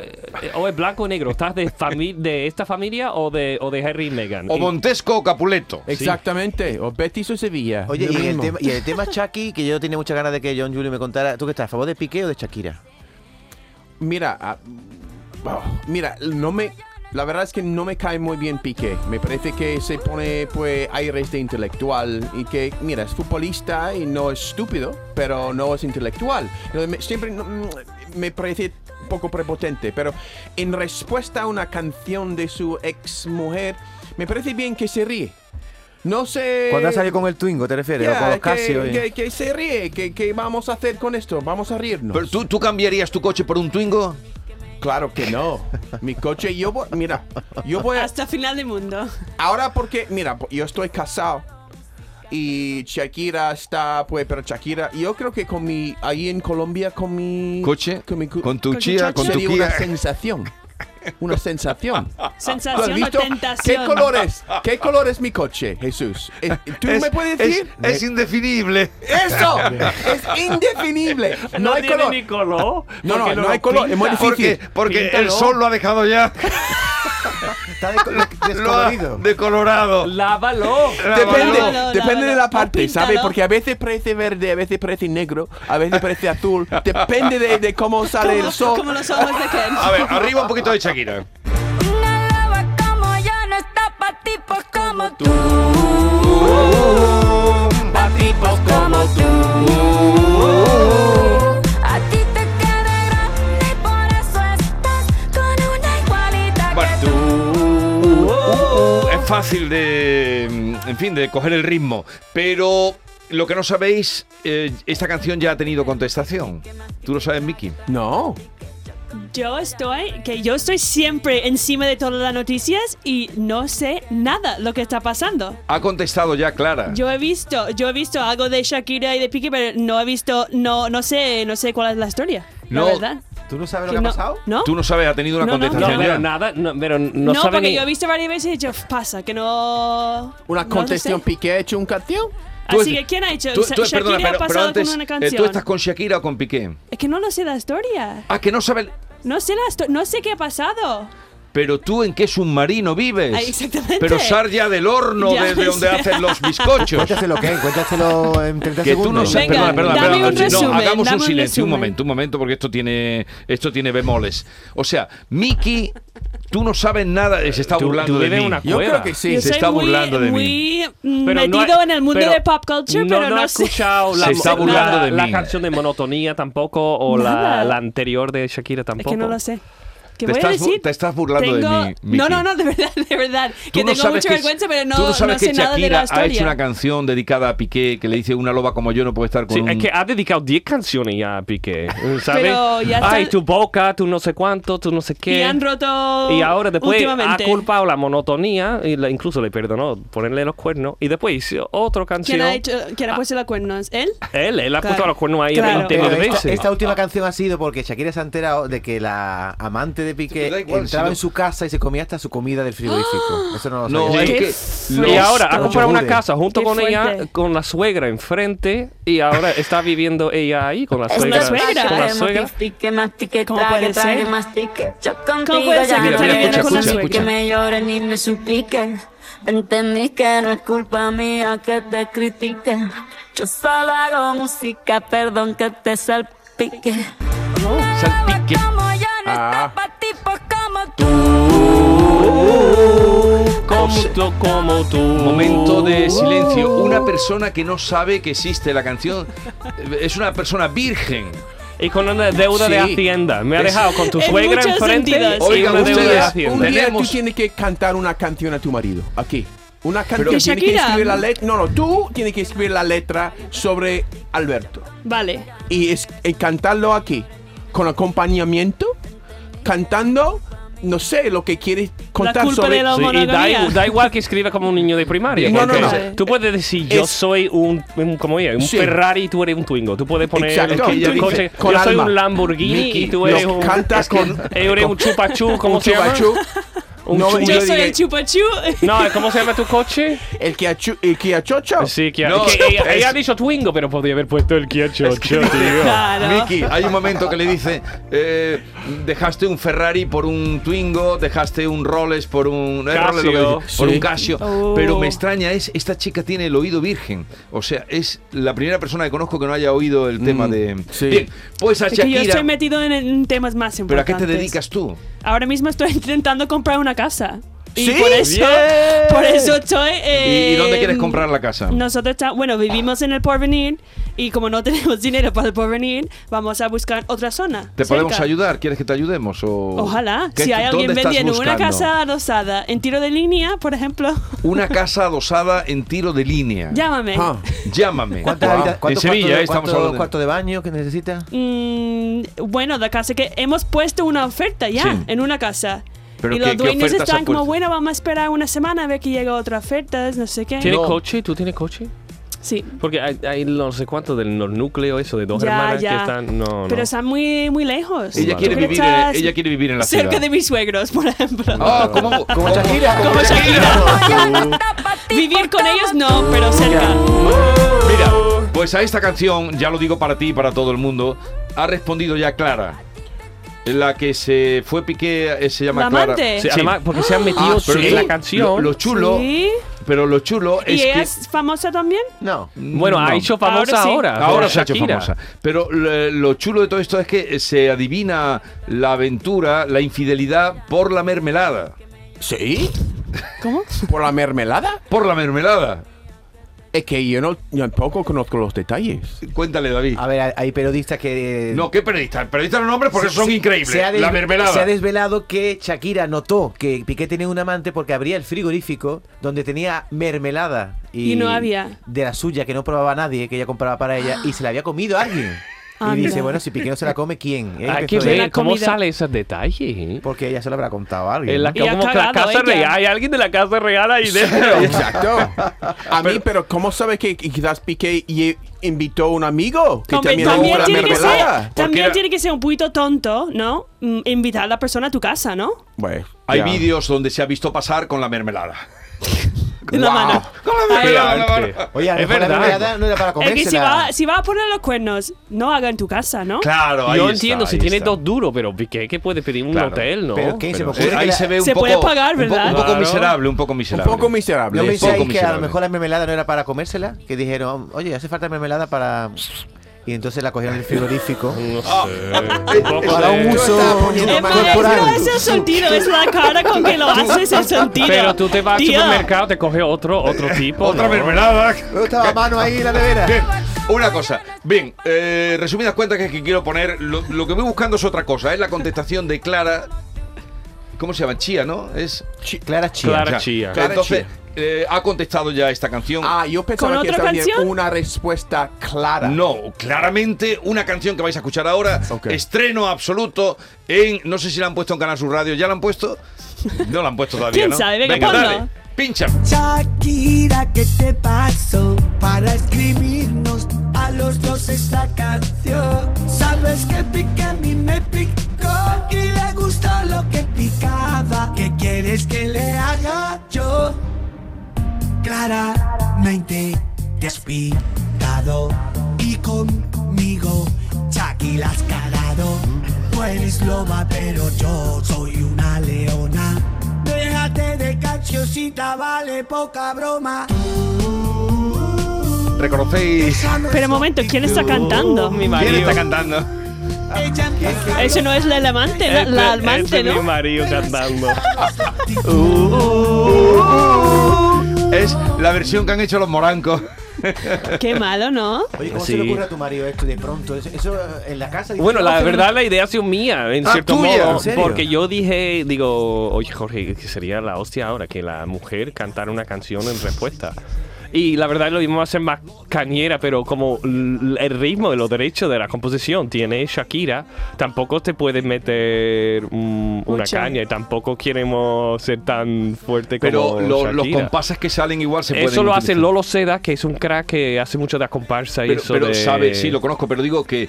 Speaker 6: eh, o es blanco o negro, ¿estás de, fami- de esta familia o de, o de Harry y Meghan?
Speaker 2: O
Speaker 6: Y-
Speaker 2: Montesco o Capuleto.
Speaker 5: Exactamente. O Betis o Sevilla.
Speaker 7: Oye,
Speaker 5: lo
Speaker 7: y el,
Speaker 5: mismo.
Speaker 7: tema, y el tema Chucky, que yo tenía muchas ganas de que John Julio me contara. ¿Tú qué estás, a favor de Piqué o de Shakira?
Speaker 5: Mira, ah, oh, mira, no me... La verdad es que no me cae muy bien Piqué. Me parece que se pone pues aires de intelectual y que, mira, es futbolista y no es estúpido, pero no es intelectual. Lo- me- Siempre no- mm, me parece un poco prepotente, pero en respuesta a una canción de su ex mujer, me parece bien que se ríe. No sé...
Speaker 7: Cuando ha
Speaker 2: Eh,
Speaker 7: salido con el Twingo, ¿te refieres? o
Speaker 5: Ya,
Speaker 7: con los
Speaker 5: que-
Speaker 7: Casio. eh.
Speaker 5: que, que se ríe, que, que vamos a hacer con esto, vamos a reírnos.
Speaker 2: Pero tú, tú cambiarías tu coche por un Twingo.
Speaker 5: Claro que no. Mi coche, yo voy, mira, yo voy a,
Speaker 3: Hasta final del mundo.
Speaker 5: ahora porque, mira, yo estoy casado y Shakira está, pues, pero Shakira, yo creo que con mi, ahí en Colombia con mi
Speaker 2: Coche,
Speaker 5: con mi cu-
Speaker 2: con tu
Speaker 3: Con tu
Speaker 2: chía,
Speaker 3: chocho.
Speaker 2: con tu
Speaker 5: sería una
Speaker 2: Kia.
Speaker 5: sensación, una sensación. ¿Lo has
Speaker 3: Sensación o
Speaker 5: visto? ¿Qué
Speaker 3: tentación.
Speaker 5: colores? ¿Qué color es mi coche, Jesús? Eh, ¿Tú
Speaker 2: Es-
Speaker 5: me puedes
Speaker 2: es-
Speaker 5: decir?
Speaker 2: Es, indefinible.
Speaker 5: Eso es indefinible. No, hay
Speaker 6: tiene
Speaker 5: color.
Speaker 6: ni color.
Speaker 5: No, no,
Speaker 6: porque
Speaker 5: no hay color, es muy
Speaker 6: pinta.
Speaker 2: Porque,
Speaker 5: difícil.
Speaker 2: porque el
Speaker 6: Píntalo.
Speaker 2: sol lo ha dejado ya. [LAUGHS]
Speaker 7: Está de-
Speaker 2: Lo ha
Speaker 7: [LAUGHS] descolorido.
Speaker 2: decolorado.
Speaker 6: Lávalo.
Speaker 5: Depende,
Speaker 3: No, no, no,
Speaker 5: depende
Speaker 3: no,
Speaker 5: de
Speaker 3: no.
Speaker 5: la parte,
Speaker 3: Píntalo.
Speaker 5: ¿sabes? Porque a veces parece verde, a veces parece negro, a veces parece azul. Depende de, de cómo sale
Speaker 3: Como,
Speaker 5: el sol.
Speaker 3: como los ojos de Ken.
Speaker 2: A ver, arriba un poquito de Shakira.
Speaker 8: Una loba como yo no está pa' tipos como tú. Pa' tipos como tú. A ti te queda grande y por eso estás con una igualita
Speaker 2: Bueno,
Speaker 8: que
Speaker 2: tú.
Speaker 8: tú.
Speaker 2: Uh, es fácil de, mm, en fin, de coger el ritmo. Pero lo que no sabéis, eh, esta canción ya ha tenido contestación. Tú lo sabes, Miki.
Speaker 5: No.
Speaker 3: [LAUGHS] Yo estoy, que yo estoy siempre encima de todas las noticias y no sé nada lo que está pasando.
Speaker 2: Ha contestado ya Clara.
Speaker 3: Yo he visto, yo he visto algo de Shakira y de Piqué, pero no he visto, no, no sé, no sé cuál es la historia.
Speaker 2: No,
Speaker 3: la verdad.
Speaker 7: ¿Tú no sabes lo
Speaker 3: Que
Speaker 7: que ha
Speaker 3: no-
Speaker 7: pasado?
Speaker 3: ¿No?
Speaker 2: Tú no sabes, ha tenido una
Speaker 3: No, no,
Speaker 6: No,
Speaker 2: contestación
Speaker 6: pero
Speaker 2: ya.
Speaker 6: nada, no, pero no,
Speaker 3: No,
Speaker 6: sabe
Speaker 3: porque
Speaker 6: ni-
Speaker 3: yo he visto varias veces y he dicho, pasa, que no.
Speaker 5: Una
Speaker 3: no
Speaker 5: contestación
Speaker 3: sé".
Speaker 5: Piqué ha hecho un canción.
Speaker 2: Tú-
Speaker 3: Así que, ¿quién ha hecho?
Speaker 2: Tú-
Speaker 3: Sa-
Speaker 2: tú-
Speaker 3: Shakira
Speaker 2: perdona,
Speaker 3: ha
Speaker 2: pero- pero
Speaker 3: pasado
Speaker 2: antes,
Speaker 3: con una
Speaker 2: eh,
Speaker 3: canción.
Speaker 2: ¿Tú estás con Shakira o con Piqué?
Speaker 3: Es que no lo sé la historia.
Speaker 2: Ah, que no sabe.
Speaker 3: No sé la histo- no sé qué ha pasado.
Speaker 2: Pero tú en qué submarino vives.
Speaker 3: Ah, exactamente.
Speaker 2: Pero sar ya del horno
Speaker 3: [LAUGHS] Ya,
Speaker 2: desde
Speaker 3: o
Speaker 2: donde
Speaker 3: sea.
Speaker 2: hacen los
Speaker 9: Pues
Speaker 2: bizcochos.
Speaker 7: Cuéntaselo, ¿qué? Cuéntaselo en 30
Speaker 2: Que tú no
Speaker 7: segundos.
Speaker 2: sabes.
Speaker 3: Venga,
Speaker 2: perdona, perdona,
Speaker 3: dame
Speaker 2: perdona.
Speaker 3: un
Speaker 2: No,
Speaker 3: resumen,
Speaker 2: hagamos
Speaker 3: dame
Speaker 2: un
Speaker 3: un
Speaker 2: silencio, un
Speaker 3: resumen.
Speaker 2: momento, un momento, porque esto tiene, esto tiene bemoles. O sea, Miki, tú no sabes nada. Se está
Speaker 6: Tú-
Speaker 2: burlando
Speaker 6: tú
Speaker 2: de
Speaker 6: vives
Speaker 2: mí.
Speaker 6: en una
Speaker 5: Yo
Speaker 6: Fuera.
Speaker 5: creo que sí.
Speaker 3: Yo
Speaker 2: se
Speaker 3: soy
Speaker 2: está
Speaker 3: muy-
Speaker 2: burlando de
Speaker 3: muy, mm,
Speaker 6: Pero no
Speaker 3: metido
Speaker 6: ha-
Speaker 3: en el mundo
Speaker 6: pero-
Speaker 3: de pop culture, pero no,
Speaker 6: ha
Speaker 3: sé. [LAUGHS]
Speaker 6: escuchado la,
Speaker 2: Se está
Speaker 6: la-
Speaker 2: burlando
Speaker 6: la-
Speaker 2: de
Speaker 6: la
Speaker 2: mí.
Speaker 6: canción de monotonía tampoco o la,
Speaker 3: Nada.
Speaker 6: la anterior de Shakira tampoco.
Speaker 3: Es que no lo sé. ¿Qué
Speaker 2: Te
Speaker 3: voy
Speaker 2: estás
Speaker 3: a
Speaker 2: bu-
Speaker 3: decir?
Speaker 2: te estás burlando de mí, Miki.
Speaker 3: No, no, no, de verdad, de verdad.
Speaker 2: Tú
Speaker 3: Que
Speaker 2: no
Speaker 3: tengo
Speaker 2: sabes
Speaker 3: mucha
Speaker 2: que-
Speaker 3: vergüenza, pero no,
Speaker 2: tú no sabes
Speaker 3: sé
Speaker 2: que
Speaker 3: nada de la
Speaker 2: Shakira
Speaker 3: historia.
Speaker 2: ha hecho una canción dedicada a Piqué que le dice una loba como yo no puede estar con
Speaker 6: Sí,
Speaker 2: un...
Speaker 6: es que ha dedicado 10 canciones ya a Piqué, ¿sabes?
Speaker 3: Pero ya está-
Speaker 6: Ay, tu boca, tu no sé cuánto, tu no sé qué.
Speaker 3: Y han roto
Speaker 6: Y ahora después ha
Speaker 3: últimamente.
Speaker 6: culpado la monotonía, y la- incluso le perdonó ponerle los cuernos, y después hizo otra canción.
Speaker 3: ¿Quién ha, hecho, ¿Quién
Speaker 2: Ah.
Speaker 3: ha puesto los cuernos? ¿Él?
Speaker 6: Él, él ha
Speaker 3: Claro.
Speaker 6: puesto los cuernos ahí
Speaker 3: Claro.
Speaker 6: 20
Speaker 7: Pero
Speaker 6: mil
Speaker 7: esta,
Speaker 6: veces.
Speaker 7: esta última canción ha sido porque Shakira se ha enterado de que la amante de Piqué
Speaker 2: Da igual, si
Speaker 7: entraba
Speaker 2: no-
Speaker 7: en su casa y se comía hasta su comida
Speaker 2: [GASPS]
Speaker 7: del frigorífico. Eso no lo
Speaker 2: No,
Speaker 7: sabía.
Speaker 2: es
Speaker 6: Sí.
Speaker 2: que...
Speaker 3: Qué Pues,
Speaker 6: Y ahora ha
Speaker 7: Esto.
Speaker 6: comprado una
Speaker 7: Yogur.
Speaker 6: casa junto
Speaker 3: Qué
Speaker 6: con ella,
Speaker 3: fuerte.
Speaker 6: con la suegra enfrente, y ahora está viviendo ella ahí con la
Speaker 8: Es
Speaker 6: suegra.
Speaker 8: la suegra.
Speaker 6: Con la suegra.
Speaker 8: Mastique, mastique,
Speaker 3: ¿Cómo
Speaker 8: trague,
Speaker 3: puede
Speaker 8: trague,
Speaker 3: ser?
Speaker 8: mastique. Yo contigo
Speaker 3: puede ser
Speaker 8: ya
Speaker 3: que
Speaker 8: no
Speaker 2: esté
Speaker 8: quiero
Speaker 2: viviendo con la
Speaker 8: ni
Speaker 2: suegra?
Speaker 8: que me lloren ni me supliquen. Entendí que no es culpa mía que te critiquen. Yo solo hago música, perdón que te salpique.
Speaker 2: Salpique.
Speaker 8: Como yo no
Speaker 5: Ah.
Speaker 8: está pa' tipos como tú.
Speaker 6: Como tú, como tú.
Speaker 2: Momento
Speaker 3: Oh.
Speaker 2: de silencio. Una persona que no sabe que existe la canción eh, es una persona virgen.
Speaker 6: Y con una deuda de
Speaker 5: Sí.
Speaker 6: Hacienda. Me ha
Speaker 2: Es-
Speaker 6: dejado con tu
Speaker 3: en
Speaker 6: suegra
Speaker 3: muchos
Speaker 6: enfrente
Speaker 3: sentidos.
Speaker 6: y
Speaker 2: Oigan
Speaker 6: una deuda de
Speaker 2: ustedes,
Speaker 5: Un
Speaker 6: Hacienda.
Speaker 5: día
Speaker 2: Tenemos-
Speaker 5: tú tienes que cantar una canción a tu marido. Aquí. Una canción.
Speaker 3: ¿Y
Speaker 5: Tienes que
Speaker 3: Shakira?
Speaker 5: escribir la letra. No, no, tú tienes que escribir la letra sobre Alberto.
Speaker 3: Vale.
Speaker 5: y, es, y cantarlo aquí con acompañamiento, cantando, no sé, lo que quieres contar
Speaker 3: culpa
Speaker 5: sobre
Speaker 3: de la
Speaker 6: Sí, y da,
Speaker 3: monogamía.
Speaker 6: igu- da igual que escriba como un niño de primaria.
Speaker 5: No,
Speaker 6: porque
Speaker 5: no,
Speaker 3: no.
Speaker 6: Tú puedes decir, yo
Speaker 5: Es-
Speaker 6: soy un, un- como ella, un
Speaker 5: Sí.
Speaker 6: Ferrari y tú eres un Twingo. Tú puedes poner
Speaker 5: Exacto.
Speaker 6: el
Speaker 5: Es que ella
Speaker 6: tu
Speaker 5: dice,
Speaker 6: coche,
Speaker 5: con
Speaker 6: yo soy
Speaker 5: alma.
Speaker 6: un Lamborghini y tú eres
Speaker 5: lo
Speaker 6: un...
Speaker 5: cantas con
Speaker 6: Eres un chupachú, ¿cómo
Speaker 5: un
Speaker 6: se llama?
Speaker 5: chupachú.
Speaker 6: Un
Speaker 5: No,
Speaker 6: chupa-
Speaker 5: Y
Speaker 3: Yo
Speaker 5: yo
Speaker 3: soy
Speaker 5: diré-
Speaker 3: el chupachú. [LAUGHS]
Speaker 6: No, ¿cómo se llama tu coche?
Speaker 5: El que achu- el que
Speaker 6: [LAUGHS]
Speaker 5: achocho.
Speaker 6: Sí, Kia.
Speaker 2: No,
Speaker 6: que ella,
Speaker 2: es-
Speaker 6: ella ha dicho Twingo, pero podría haber puesto el Kia Chocho, tío.
Speaker 3: Claro.
Speaker 2: Miki, hay un momento que le dice, eh, dejaste un Ferrari por un Twingo, dejaste un Rolex por un eh, Rolex, lo que
Speaker 6: Casio.
Speaker 2: dice, por
Speaker 5: Sí.
Speaker 2: un Casio,
Speaker 3: Oh.
Speaker 2: pero me extraña es esta chica tiene el oído virgen, o sea es la primera persona que conozco que no haya oído el tema de.
Speaker 5: sí.
Speaker 2: Bien, pues a
Speaker 3: Mm, Es que yo
Speaker 2: Shakira.
Speaker 3: estoy metido en, en temas más
Speaker 2: Pero a
Speaker 3: importantes.
Speaker 2: qué te dedicas tú?
Speaker 3: Ahora mismo estoy [LAUGHS] intentando comprar una una casa. Y
Speaker 5: ¿Sí?
Speaker 3: por eso,
Speaker 2: Bien.
Speaker 3: por eso estoy.
Speaker 2: ¿Y, y dónde quieres
Speaker 3: em,
Speaker 2: comprar la casa?
Speaker 3: Nosotros está- bueno, vivimos en el porvenir y como no [LAUGHS] tenemos dinero para el porvenir, vamos a buscar otra zona.
Speaker 2: ¿Te
Speaker 3: cerca.
Speaker 2: podemos ayudar? ¿Quieres que te ayudemos? O...
Speaker 3: Ojalá.
Speaker 2: ¿Qué-
Speaker 3: Si hay
Speaker 2: dónde
Speaker 3: alguien
Speaker 2: estás
Speaker 3: vendiendo una
Speaker 2: buscando?
Speaker 3: casa adosada en tiro de línea, por ejemplo,
Speaker 2: [LAUGHS]
Speaker 3: [LAUGHS]
Speaker 2: Una casa adosada en tiro de línea.
Speaker 3: llámame.
Speaker 5: Ah.
Speaker 2: Llámame.
Speaker 7: ¿Cuántas
Speaker 2: Guau.
Speaker 7: habita-
Speaker 2: en
Speaker 7: cuánto
Speaker 2: Sevilla,
Speaker 7: cuarto,
Speaker 2: eh, estamos
Speaker 7: cuánto
Speaker 2: hablando. de-
Speaker 7: cuarto de baño que necesita?
Speaker 3: Mm, bueno, la casa que hemos puesto una oferta ya
Speaker 2: Sí.
Speaker 3: en una casa.
Speaker 2: Pero
Speaker 3: y
Speaker 2: ¿qué-
Speaker 3: los
Speaker 2: qué
Speaker 3: dueños
Speaker 2: ofertas
Speaker 3: están
Speaker 2: han
Speaker 3: como,
Speaker 2: puesto?
Speaker 3: bueno, vamos a esperar una semana a ver que llega otra oferta, no sé qué.
Speaker 6: ¿Tienes
Speaker 5: No.
Speaker 6: coche? ¿Tú tienes coche?
Speaker 3: Sí.
Speaker 6: Porque hay, hay no sé cuánto del no- núcleo eso de dos
Speaker 3: Ya,
Speaker 6: hermanas
Speaker 3: ya.
Speaker 6: que están. No,
Speaker 3: Pero
Speaker 6: no.
Speaker 3: están muy, muy lejos.
Speaker 2: Ella
Speaker 3: ¿Tú
Speaker 2: quiere,
Speaker 3: crees
Speaker 2: vivir
Speaker 3: que
Speaker 2: en,
Speaker 3: estás
Speaker 2: ella quiere vivir en la
Speaker 3: cerca
Speaker 2: ciudad.
Speaker 3: de mis suegros, por ejemplo.
Speaker 2: Ah, ¿cómo?
Speaker 7: Como Shakira.
Speaker 3: Como Shakira.
Speaker 8: pues
Speaker 3: Vivir con ellos no, pero cerca.
Speaker 2: Mira, pues a esta canción, ya lo digo para ti y para todo el mundo, ha respondido ya Clara. La que se fue Piqué eh, se llama
Speaker 3: La
Speaker 2: Clara.
Speaker 3: amante.
Speaker 6: Sí, Además, porque se han metido
Speaker 2: Ah, pero
Speaker 6: en
Speaker 2: lo-
Speaker 6: la canción.
Speaker 2: Lo, lo chulo,
Speaker 3: Sí.
Speaker 2: pero lo chulo
Speaker 3: ¿Y
Speaker 2: es
Speaker 3: ella
Speaker 2: que
Speaker 3: es famosa también?
Speaker 7: No.
Speaker 6: bueno, ha
Speaker 2: No.
Speaker 6: hecho famosa
Speaker 3: Ahora sí.
Speaker 6: ahora.
Speaker 2: Ahora se ha hecho
Speaker 6: Shakira.
Speaker 2: famosa. Pero eh, lo chulo de todo esto es que eh, se adivina la aventura, la infidelidad por la mermelada.
Speaker 5: ¿Sí?
Speaker 3: ¿Cómo?
Speaker 5: ¿Por la mermelada?
Speaker 2: Por la mermelada.
Speaker 5: Es que yo no yo tampoco conozco los
Speaker 2: [LAUGHS]
Speaker 5: detalles.
Speaker 2: Cuéntale, David.
Speaker 7: A ver, hay- hay periodistas que. eh,
Speaker 2: No, ¿qué periodista? Periodistas los nombres porque
Speaker 7: Se-
Speaker 2: son
Speaker 7: se-
Speaker 2: increíbles.
Speaker 7: se ha des-
Speaker 2: la mermelada.
Speaker 7: Se ha desvelado que Shakira notó que Piqué tenía un amante porque abría el frigorífico donde tenía mermelada.
Speaker 3: Y no había.
Speaker 7: De la suya, que no probaba nadie, que ella compraba para ella, y se la había comido alguien.
Speaker 3: Anda.
Speaker 7: Y dice, bueno, si Piqué no se la come, ¿quién? Eh,
Speaker 6: Hay que
Speaker 7: empezó
Speaker 3: ver.
Speaker 7: ella,
Speaker 6: ver cómo
Speaker 3: comida.
Speaker 6: sale esos detalles. ¿eh?
Speaker 7: Porque ella se lo habrá contado a alguien.
Speaker 6: En la,
Speaker 3: Y ha
Speaker 6: como que la
Speaker 3: cagado
Speaker 6: casa
Speaker 3: ella.
Speaker 6: real. Hay alguien de la casa real ahí [LAUGHS] dentro.
Speaker 5: Exacto. A mí, pero ¿cómo sabes que quizás Piqué y- e invitó a un amigo que
Speaker 3: Hombre,
Speaker 5: también,
Speaker 3: también
Speaker 5: la
Speaker 3: tiene que ser,
Speaker 5: mermelada?
Speaker 3: también
Speaker 2: era-
Speaker 3: tiene que ser un poquito tonto, ¿no? Mm, Invitar a la persona a tu casa, ¿no?
Speaker 5: Bueno,
Speaker 2: Hay
Speaker 5: ya.
Speaker 2: vídeos donde se ha visto pasar con la mermelada. [LAUGHS]
Speaker 3: En la mano.
Speaker 7: Oye, a lo
Speaker 6: Es
Speaker 7: mejor la
Speaker 6: verdad.
Speaker 7: mermelada no era para
Speaker 3: Es que si
Speaker 7: comérsela.
Speaker 3: va, si va a poner los cuernos, no haga en tu casa, ¿no?
Speaker 2: Claro, ahí
Speaker 6: Yo
Speaker 2: está,
Speaker 6: entiendo si
Speaker 2: ahí
Speaker 6: tiene
Speaker 2: está.
Speaker 6: dos duros, pero ¿qué, qué puede pedir un
Speaker 2: Claro.
Speaker 6: hotel, no?
Speaker 7: Pero, ¿qué? Se me ocurre
Speaker 2: Eh,
Speaker 7: que
Speaker 2: ahí
Speaker 7: la-
Speaker 2: se ve un
Speaker 3: Se
Speaker 2: poco,
Speaker 3: puede pagar,
Speaker 2: un poco-
Speaker 3: ¿verdad?
Speaker 2: Un poco,
Speaker 6: Claro.
Speaker 2: miserable, un poco miserable.
Speaker 5: poco miserable.
Speaker 7: ¿No
Speaker 2: Un
Speaker 5: Yo
Speaker 2: poco
Speaker 7: pensáis que a lo
Speaker 2: miserable.
Speaker 7: mejor la mermelada no era para comérsela? Que dijeron, oye, hace falta mermelada para... Y entonces la cogieron del
Speaker 2: [LAUGHS]
Speaker 7: frigorífico.
Speaker 6: No sé.
Speaker 2: eh,
Speaker 7: para un uso
Speaker 3: Es más, no es el sentido, es la cara con que lo haces el sentido.
Speaker 6: Pero tú te vas al
Speaker 3: Tía,
Speaker 6: supermercado, te coge otro, otro tipo.
Speaker 2: Eh, Otra
Speaker 6: ¿no?
Speaker 2: mermelada.
Speaker 7: Oh, Estaba a mano ahí en la nevera.
Speaker 2: Bien, Una cosa, bien, eh, resumidas cuentas que, es que quiero poner, lo, lo que voy buscando es otra cosa, es la contestación de Clara, ¿cómo se llama? Chía, ¿no? Es
Speaker 7: Chi- Clara Chía.
Speaker 6: Clara Chía.
Speaker 5: Clara
Speaker 2: Entonces,
Speaker 5: Chía.
Speaker 2: eh, ha contestado ya esta canción.
Speaker 5: Ah, yo pensaba
Speaker 3: ¿Con
Speaker 5: que
Speaker 3: otra
Speaker 5: estaba bien
Speaker 3: canción?
Speaker 5: una respuesta clara.
Speaker 2: No, claramente una canción que vais a escuchar ahora,
Speaker 5: Ok.
Speaker 2: estreno absoluto en, no sé si la han puesto en Canal Sur Radio, ¿ya la han puesto? No la han puesto todavía,
Speaker 3: ¿Quién
Speaker 2: ¿no?
Speaker 3: sabe? Venga,
Speaker 2: Venga,
Speaker 3: ponlo.
Speaker 2: dale, pincha.
Speaker 10: Shakira, ¿qué te pasó? Para escribirnos a los dos esta canción. Sabes que pica a mí me picó y le gustó lo que picaba. ¿Qué quieres que le haga yo? Claramente te has picado y conmigo Shakira has cagado. Tú eres loba pero yo soy una leona. Déjate de cachiosita, vale poca broma.
Speaker 2: ¿Reconocéis
Speaker 10: Esa no
Speaker 3: Pero
Speaker 10: es
Speaker 3: un momento, ¿quién está cantando?
Speaker 6: Oh,
Speaker 2: quién está cantando?
Speaker 3: Ah.
Speaker 10: ella empezando.
Speaker 3: Eso no es la amante, la,
Speaker 2: Eh,
Speaker 6: Este-
Speaker 3: la
Speaker 6: este
Speaker 3: amante,
Speaker 6: es mi
Speaker 3: ¿no?
Speaker 6: marido cantando.
Speaker 2: Es la versión que han hecho los morancos.
Speaker 3: Qué malo, ¿no?
Speaker 7: Oye, ¿cómo se
Speaker 6: Sí.
Speaker 7: le ocurre a tu marido esto de pronto? Eso, eso, eh, en la casa... dice,
Speaker 6: Bueno,
Speaker 7: "Vamos a
Speaker 6: la
Speaker 7: hacer
Speaker 6: verdad la idea ha sido mía, en
Speaker 2: Ah,
Speaker 6: cierto
Speaker 2: tuya,
Speaker 6: modo,
Speaker 7: ¿en serio?
Speaker 6: porque yo dije, digo, oye Jorge, que sería la hostia ahora que la mujer cantara una canción en respuesta. Y la verdad lo íbamos a hacer más cañera, pero como l- el ritmo de los derechos de la composición tiene Shakira, tampoco te puedes meter mm, una
Speaker 3: Mucha.
Speaker 6: caña y tampoco queremos ser tan fuerte
Speaker 2: Pero
Speaker 6: como
Speaker 2: lo- los
Speaker 6: Shakira.
Speaker 2: compases que salen igual se pueden
Speaker 6: Eso lo hace
Speaker 2: utilizar.
Speaker 6: Lolo Seda, que es un crack que hace mucho de la comparsa y
Speaker 2: Pero,
Speaker 6: eso
Speaker 2: pero
Speaker 6: de-
Speaker 2: sabe, sí, lo conozco, pero digo que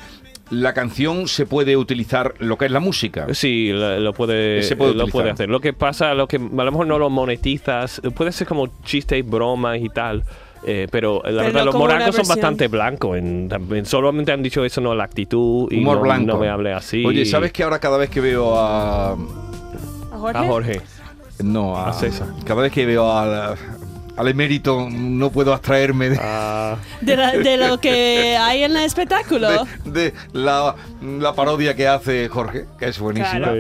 Speaker 2: la canción se puede utilizar lo que es la música.
Speaker 6: Eh, Sí, lo, lo puede, eh,
Speaker 2: Se puede
Speaker 6: lo
Speaker 2: utilizar.
Speaker 6: puede hacer. Lo que pasa, lo que a lo mejor no lo monetizas, puede ser como chistes, bromas y tal. eh, pero la verdad, los
Speaker 3: como una
Speaker 6: moracos son
Speaker 3: versión.
Speaker 6: bastante blancos. En, también solamente han dicho eso, no la actitud y
Speaker 2: Humor
Speaker 6: no,
Speaker 2: blanco.
Speaker 6: no me hable así.
Speaker 2: Oye, ¿sabes que ahora cada vez que veo a.
Speaker 3: ¿A Jorge?
Speaker 6: A Ah, Jorge.
Speaker 2: No, a.
Speaker 6: A César.
Speaker 2: Cada vez que veo a. la- al emérito no puedo abstraerme
Speaker 6: Ah.
Speaker 2: de,
Speaker 3: De, la- de lo
Speaker 2: [LAUGHS]
Speaker 3: que hay en el espectáculo.
Speaker 2: de- de la, la parodia que hace Jorge, que es buenísima.
Speaker 3: Claro.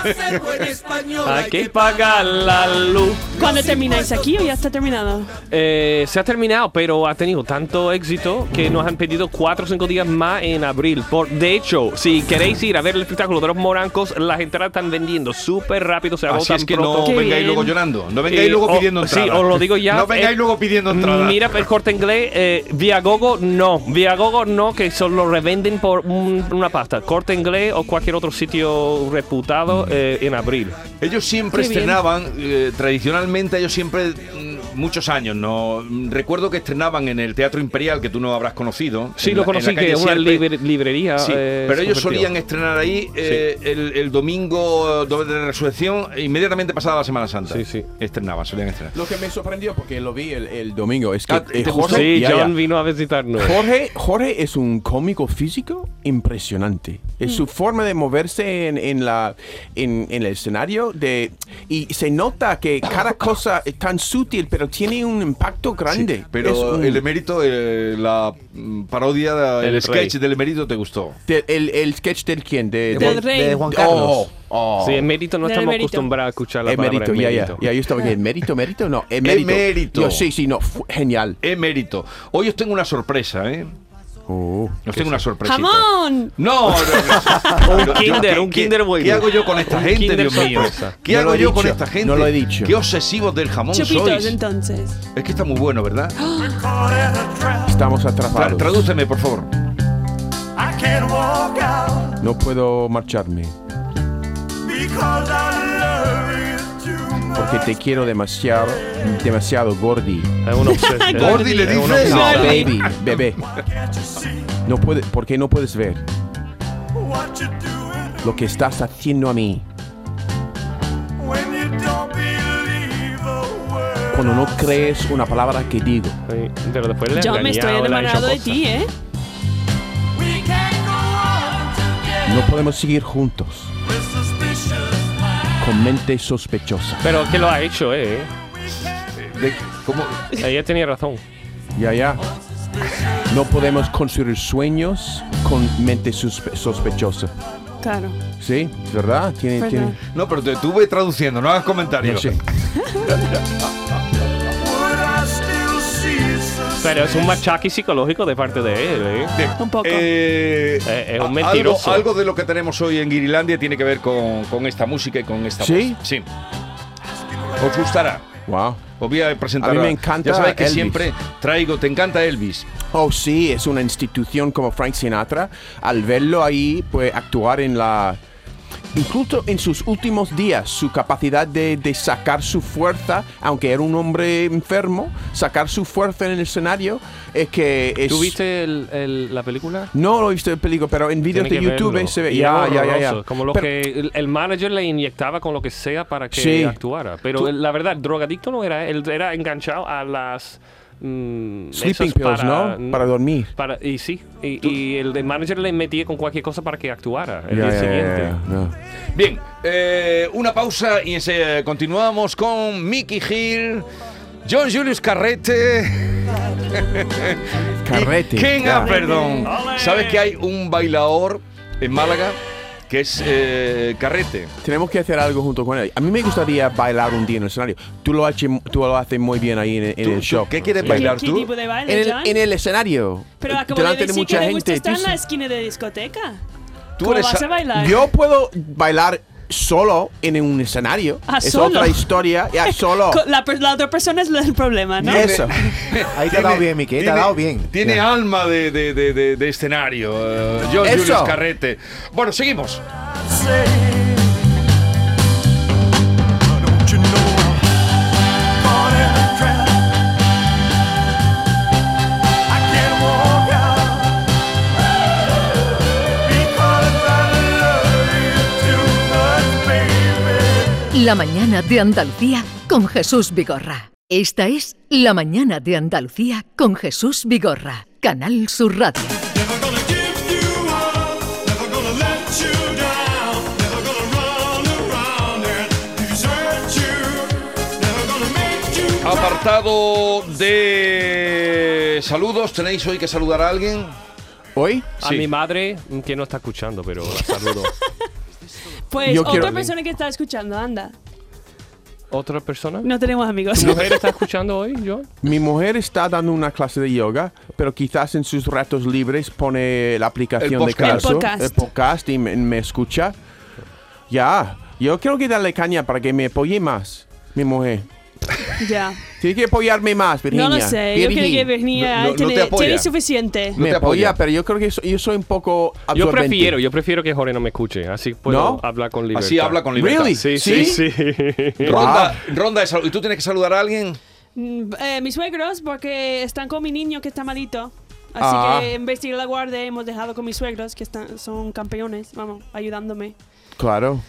Speaker 10: Para ser buen español
Speaker 6: Hay que pagar la luz.
Speaker 3: ¿Cuándo termináis aquí o ya está terminado?
Speaker 6: Eh, se ha terminado, pero ha tenido tanto éxito que nos han pedido 4 o 5 días más en abril. Por, de hecho, si queréis ir a ver el espectáculo de los morancos, las entradas están vendiendo súper rápido. Se
Speaker 2: Así
Speaker 6: agotan
Speaker 2: es que
Speaker 6: pronto.
Speaker 2: no
Speaker 3: Qué
Speaker 2: vengáis
Speaker 3: bien.
Speaker 2: luego llorando. No vengáis
Speaker 6: Eh,
Speaker 2: luego
Speaker 6: o-
Speaker 2: pidiendo entrada.
Speaker 6: Sí, os lo digo ya.
Speaker 2: [LAUGHS] No vengáis
Speaker 6: eh,
Speaker 2: luego pidiendo entrada.
Speaker 6: Mira el corte inglés, eh, Viagogo no, Viagogo no, que solo lo revenden por un- una pasta. Corte inglés o cualquier otro sitio reputado eh, en abril.
Speaker 2: Ellos siempre
Speaker 3: Qué bien.
Speaker 2: estrenaban, eh, tradicionalmente ellos siempre, mm, muchos años, no Mm, recuerdo que estrenaban en el Teatro Imperial, que tú no habrás conocido.
Speaker 6: Sí,
Speaker 2: en
Speaker 6: lo
Speaker 2: la- en la
Speaker 6: conocí,
Speaker 2: calle
Speaker 6: que es una
Speaker 2: Sierpe.
Speaker 6: libre- librería.
Speaker 2: Sí,
Speaker 6: eh,
Speaker 2: pero ellos
Speaker 6: convertida.
Speaker 2: solían estrenar ahí eh, el, el domingo eh, de resurrección, inmediatamente pasada la Semana Santa.
Speaker 6: Sí, sí.
Speaker 2: Estrenaban, solían estrenar.
Speaker 5: Lo que me sorprendió, porque lo vi el, el domingo, es que
Speaker 2: Ah, ¿te
Speaker 5: eh,
Speaker 2: gustó?
Speaker 5: Jorge,
Speaker 6: Sí,
Speaker 5: ya, ya.
Speaker 6: John vino a visitarnos.
Speaker 5: Jorge, Jorge es un cómico físico impresionante. Es su forma de moverse en, en la, en, en el escenario de, y se nota que cada cosa es tan sutil, pero tiene un impacto grande.
Speaker 2: Sí, pero
Speaker 5: Es un-
Speaker 2: el emérito, eh, la mm, parodia, el,
Speaker 6: El
Speaker 2: sketch
Speaker 6: rey.
Speaker 2: del emérito te gustó.
Speaker 5: de- el, el sketch del quién? De,
Speaker 3: Del
Speaker 5: de-
Speaker 3: rey.
Speaker 7: De Juan
Speaker 5: Oh,
Speaker 7: Carlos.
Speaker 5: oh.
Speaker 6: Sí, en mérito no
Speaker 3: Del
Speaker 6: estamos
Speaker 3: mérito.
Speaker 6: acostumbrados a escuchar la
Speaker 5: Emérito,
Speaker 6: palabra
Speaker 5: ya, ya,
Speaker 6: emérito.
Speaker 5: ya. Yo estaba que emérito, emérito, no, emérito.
Speaker 2: Emérito.
Speaker 5: Yo, sí, sí, no, fu- genial.
Speaker 2: Emérito. Hoy os tengo una sorpresa, ¿eh? Os tengo una sorpresa.
Speaker 3: ¡Jamón!
Speaker 2: No, no, [LAUGHS] no.
Speaker 6: Un
Speaker 2: Yo- yo-
Speaker 6: kinder,
Speaker 2: ¿qué-
Speaker 6: un
Speaker 2: qué-
Speaker 6: kinder bueno.
Speaker 2: ¿Qué hago yo con esta
Speaker 6: Un
Speaker 2: gente,
Speaker 6: kinder
Speaker 2: Dios mío?
Speaker 6: sorpresa.
Speaker 2: ¿Qué
Speaker 5: No lo
Speaker 2: hago
Speaker 5: he
Speaker 2: yo con
Speaker 5: dicho,
Speaker 2: esta
Speaker 5: no
Speaker 2: gente?
Speaker 5: lo he dicho.
Speaker 2: Qué obsesivos del jamón
Speaker 3: Chupitos,
Speaker 2: sois.
Speaker 3: entonces. Ah.
Speaker 2: Es que está muy bueno, ¿verdad?
Speaker 5: Estamos
Speaker 2: Tra-
Speaker 5: atrapados.
Speaker 2: tradúceme, por favor.
Speaker 10: I can't walk out
Speaker 5: no puedo marcharme
Speaker 10: because I love you too much.
Speaker 5: porque te quiero demasiado, demasiado, Gordy.
Speaker 6: Es una
Speaker 3: [LAUGHS]
Speaker 6: obsesión.
Speaker 2: Gordi le
Speaker 6: Es una
Speaker 2: dices.
Speaker 5: No,
Speaker 3: Gordy.
Speaker 6: obsesión.
Speaker 5: baby, bebé.
Speaker 10: Can't you see
Speaker 5: No puede, ¿Por qué no puedes ver
Speaker 10: what you're doing
Speaker 5: lo que estás haciendo a mí
Speaker 10: when you don't believe a word?
Speaker 5: cuando no crees una palabra que digo?
Speaker 6: Sí, Pero después le
Speaker 3: Yo me estoy
Speaker 6: engañado, le ha
Speaker 3: enamorado
Speaker 6: hecho
Speaker 3: de
Speaker 6: cosas.
Speaker 3: ti, ¿eh?
Speaker 10: We can't go on together
Speaker 5: No podemos seguir juntos
Speaker 10: with suspicious minds.
Speaker 5: con mente sospechosa.
Speaker 6: Pero que lo ha hecho, eh.
Speaker 2: De- ¿cómo?
Speaker 6: Ella tenía razón.
Speaker 5: Ya, ya. No podemos construir sueños con mente suspe- sospechosa.
Speaker 3: Claro.
Speaker 5: Sí, ¿verdad? Tiene,
Speaker 3: Verdad.
Speaker 5: tiene-
Speaker 2: No, pero te tuve traduciendo, no hagas comentarios.
Speaker 5: Sí.
Speaker 10: Would I still see
Speaker 6: Pero es un machaque psicológico de parte de él, eh.
Speaker 3: Un poco.
Speaker 2: Eh,
Speaker 6: Eh, es un
Speaker 2: a-
Speaker 6: mentiroso.
Speaker 2: Algo, algo de lo que tenemos hoy en Guirilandia tiene que ver con, con esta música y con esta
Speaker 5: ¿Sí?
Speaker 2: voz. Sí. Os gustará.
Speaker 5: Wow.
Speaker 2: Os voy a presentar.
Speaker 5: A mí me encanta
Speaker 2: Ya sabéis que
Speaker 5: Elvis.
Speaker 2: siempre traigo. Te encanta Elvis.
Speaker 5: Oh, sí, es una institución como Frank Sinatra. Al verlo ahí, pues actuar en la. Incluso en sus últimos días, su capacidad de, de sacar su fuerza, aunque era un hombre enfermo, sacar su fuerza en el escenario, es que es.
Speaker 6: ¿Tú viste el- el- la película?
Speaker 5: No lo he visto en película, pero en vídeos
Speaker 6: Tiene
Speaker 5: de
Speaker 6: que
Speaker 5: YouTube
Speaker 6: verlo.
Speaker 5: se ve.
Speaker 6: Y
Speaker 5: Ya,
Speaker 6: es
Speaker 5: ya, ya,
Speaker 6: horroroso,
Speaker 5: ya.
Speaker 6: Como lo
Speaker 5: Pero-
Speaker 6: que el, el manager le inyectaba con lo que sea para que
Speaker 5: Sí.
Speaker 6: actuara. Pero el- la verdad, drogadicto no era. Él era enganchado a las. mm,
Speaker 5: Sleeping
Speaker 6: esas
Speaker 5: pills,
Speaker 6: para-
Speaker 5: ¿no? Para dormir.
Speaker 6: para- y sí. Y, y el, el manager le metía con cualquier cosa para que actuara. El
Speaker 5: Ya,
Speaker 6: día
Speaker 5: ya, ya,
Speaker 6: siguiente.
Speaker 5: ya, no.
Speaker 2: Bien, eh, una pausa y ense- continuamos con Mickey Hill, John Julius Carrete.
Speaker 5: Carrete.
Speaker 2: y Ken
Speaker 5: ya.
Speaker 2: Ah, perdón. ¿Sabes que hay un bailador en Málaga que es eh, Carrete?
Speaker 5: Tenemos que hacer algo junto con él. A mí me gustaría bailar un día en el escenario. Tú lo haces, tú lo haces muy bien ahí en, el- en
Speaker 2: ¿Tú-
Speaker 5: el
Speaker 2: tú
Speaker 5: show.
Speaker 2: ¿Qué quieres
Speaker 3: ¿Qué,
Speaker 2: bailar
Speaker 3: qué
Speaker 2: tú?
Speaker 3: tipo de
Speaker 5: en
Speaker 3: baile,
Speaker 5: el,
Speaker 3: John?
Speaker 5: en el escenario.
Speaker 3: Pero
Speaker 5: eh,
Speaker 3: acabo de
Speaker 5: delante
Speaker 3: decir que le gusta estar
Speaker 5: tú
Speaker 3: en la
Speaker 5: sí.
Speaker 3: esquina de discoteca.
Speaker 2: Tú
Speaker 3: ¿Cómo
Speaker 2: eres
Speaker 3: vas
Speaker 2: a-
Speaker 3: a bailar?
Speaker 5: Yo puedo bailar solo en un escenario.
Speaker 3: Ah,
Speaker 5: es
Speaker 3: solo.
Speaker 5: otra historia. Ya,
Speaker 3: [LAUGHS]
Speaker 5: solo.
Speaker 3: Co- La, per- la otra persona es la- el problema, ¿no?
Speaker 5: Eso.
Speaker 2: [LAUGHS]
Speaker 7: Ahí te ha dado bien, Miquel, te ha dado bien.
Speaker 2: Tiene
Speaker 7: Ya.
Speaker 2: alma de, de- de- de- de escenario, eh, John
Speaker 5: Eso.
Speaker 2: Julius Carrete. Bueno, seguimos.
Speaker 10: Don't you know I'm caught in a trap? I can't walk out because I love you too much, baby.
Speaker 1: La mañana de Andalucía con Jesús Vigorra. Esta es La mañana de Andalucía con Jesús Vigorra. Canal Sur Radio.
Speaker 10: Never gonna give you up, never gonna let you down, never gonna run around and desert you, never gonna make you
Speaker 2: Apa, apartado de saludos, ¿tenéis hoy que saludar a alguien?
Speaker 5: ¿Hoy?
Speaker 6: A
Speaker 2: Sí.
Speaker 6: mi madre, mm, que no está escuchando, pero la
Speaker 5: [LAUGHS]
Speaker 6: saludo.
Speaker 3: Pues
Speaker 5: Yo
Speaker 3: otra
Speaker 5: quiero-
Speaker 3: persona que está escuchando, anda.
Speaker 6: ¿Otra persona?
Speaker 3: No tenemos amigos.
Speaker 6: ¿Tu mujer está escuchando hoy, John?
Speaker 5: Mi mujer está dando una clase de yoga, pero quizás en sus ratos libres pone la aplicación
Speaker 2: El
Speaker 5: de
Speaker 2: podcast.
Speaker 5: caso,
Speaker 3: El podcast.
Speaker 5: podcast y me, me escucha. Ya, yo creo que darle caña para que me apoye más, mi mujer.
Speaker 3: [LAUGHS] ya.
Speaker 5: Tiene que apoyarme más, Virginia.
Speaker 3: No lo sé. Yo creo
Speaker 5: Virgin.
Speaker 3: que Virginia
Speaker 2: No- no- no te
Speaker 3: tiene,
Speaker 2: apoya.
Speaker 3: tiene suficiente.
Speaker 2: No
Speaker 5: me
Speaker 2: te
Speaker 5: apoya,
Speaker 2: apoya.
Speaker 5: pero yo creo que so- yo soy un poco
Speaker 6: Yo
Speaker 5: absorbente.
Speaker 6: prefiero, yo prefiero que Jorge no me escuche, así puedo
Speaker 5: ¿No?
Speaker 6: hablar con libertad.
Speaker 2: Así habla con libertad.
Speaker 5: Really?
Speaker 6: Sí, sí, sí. [LAUGHS]
Speaker 5: ¿Sí?
Speaker 2: Ronda, ronda de saludos. ¿Y tú tienes que saludar a alguien?
Speaker 3: Mm, eh, mis suegros, porque están con mi niño que está malito. Así
Speaker 5: Ah.
Speaker 3: que en vez de ir a la guardia hemos dejado con mis suegros, que están, son campeones, vamos, ayudándome.
Speaker 5: Claro.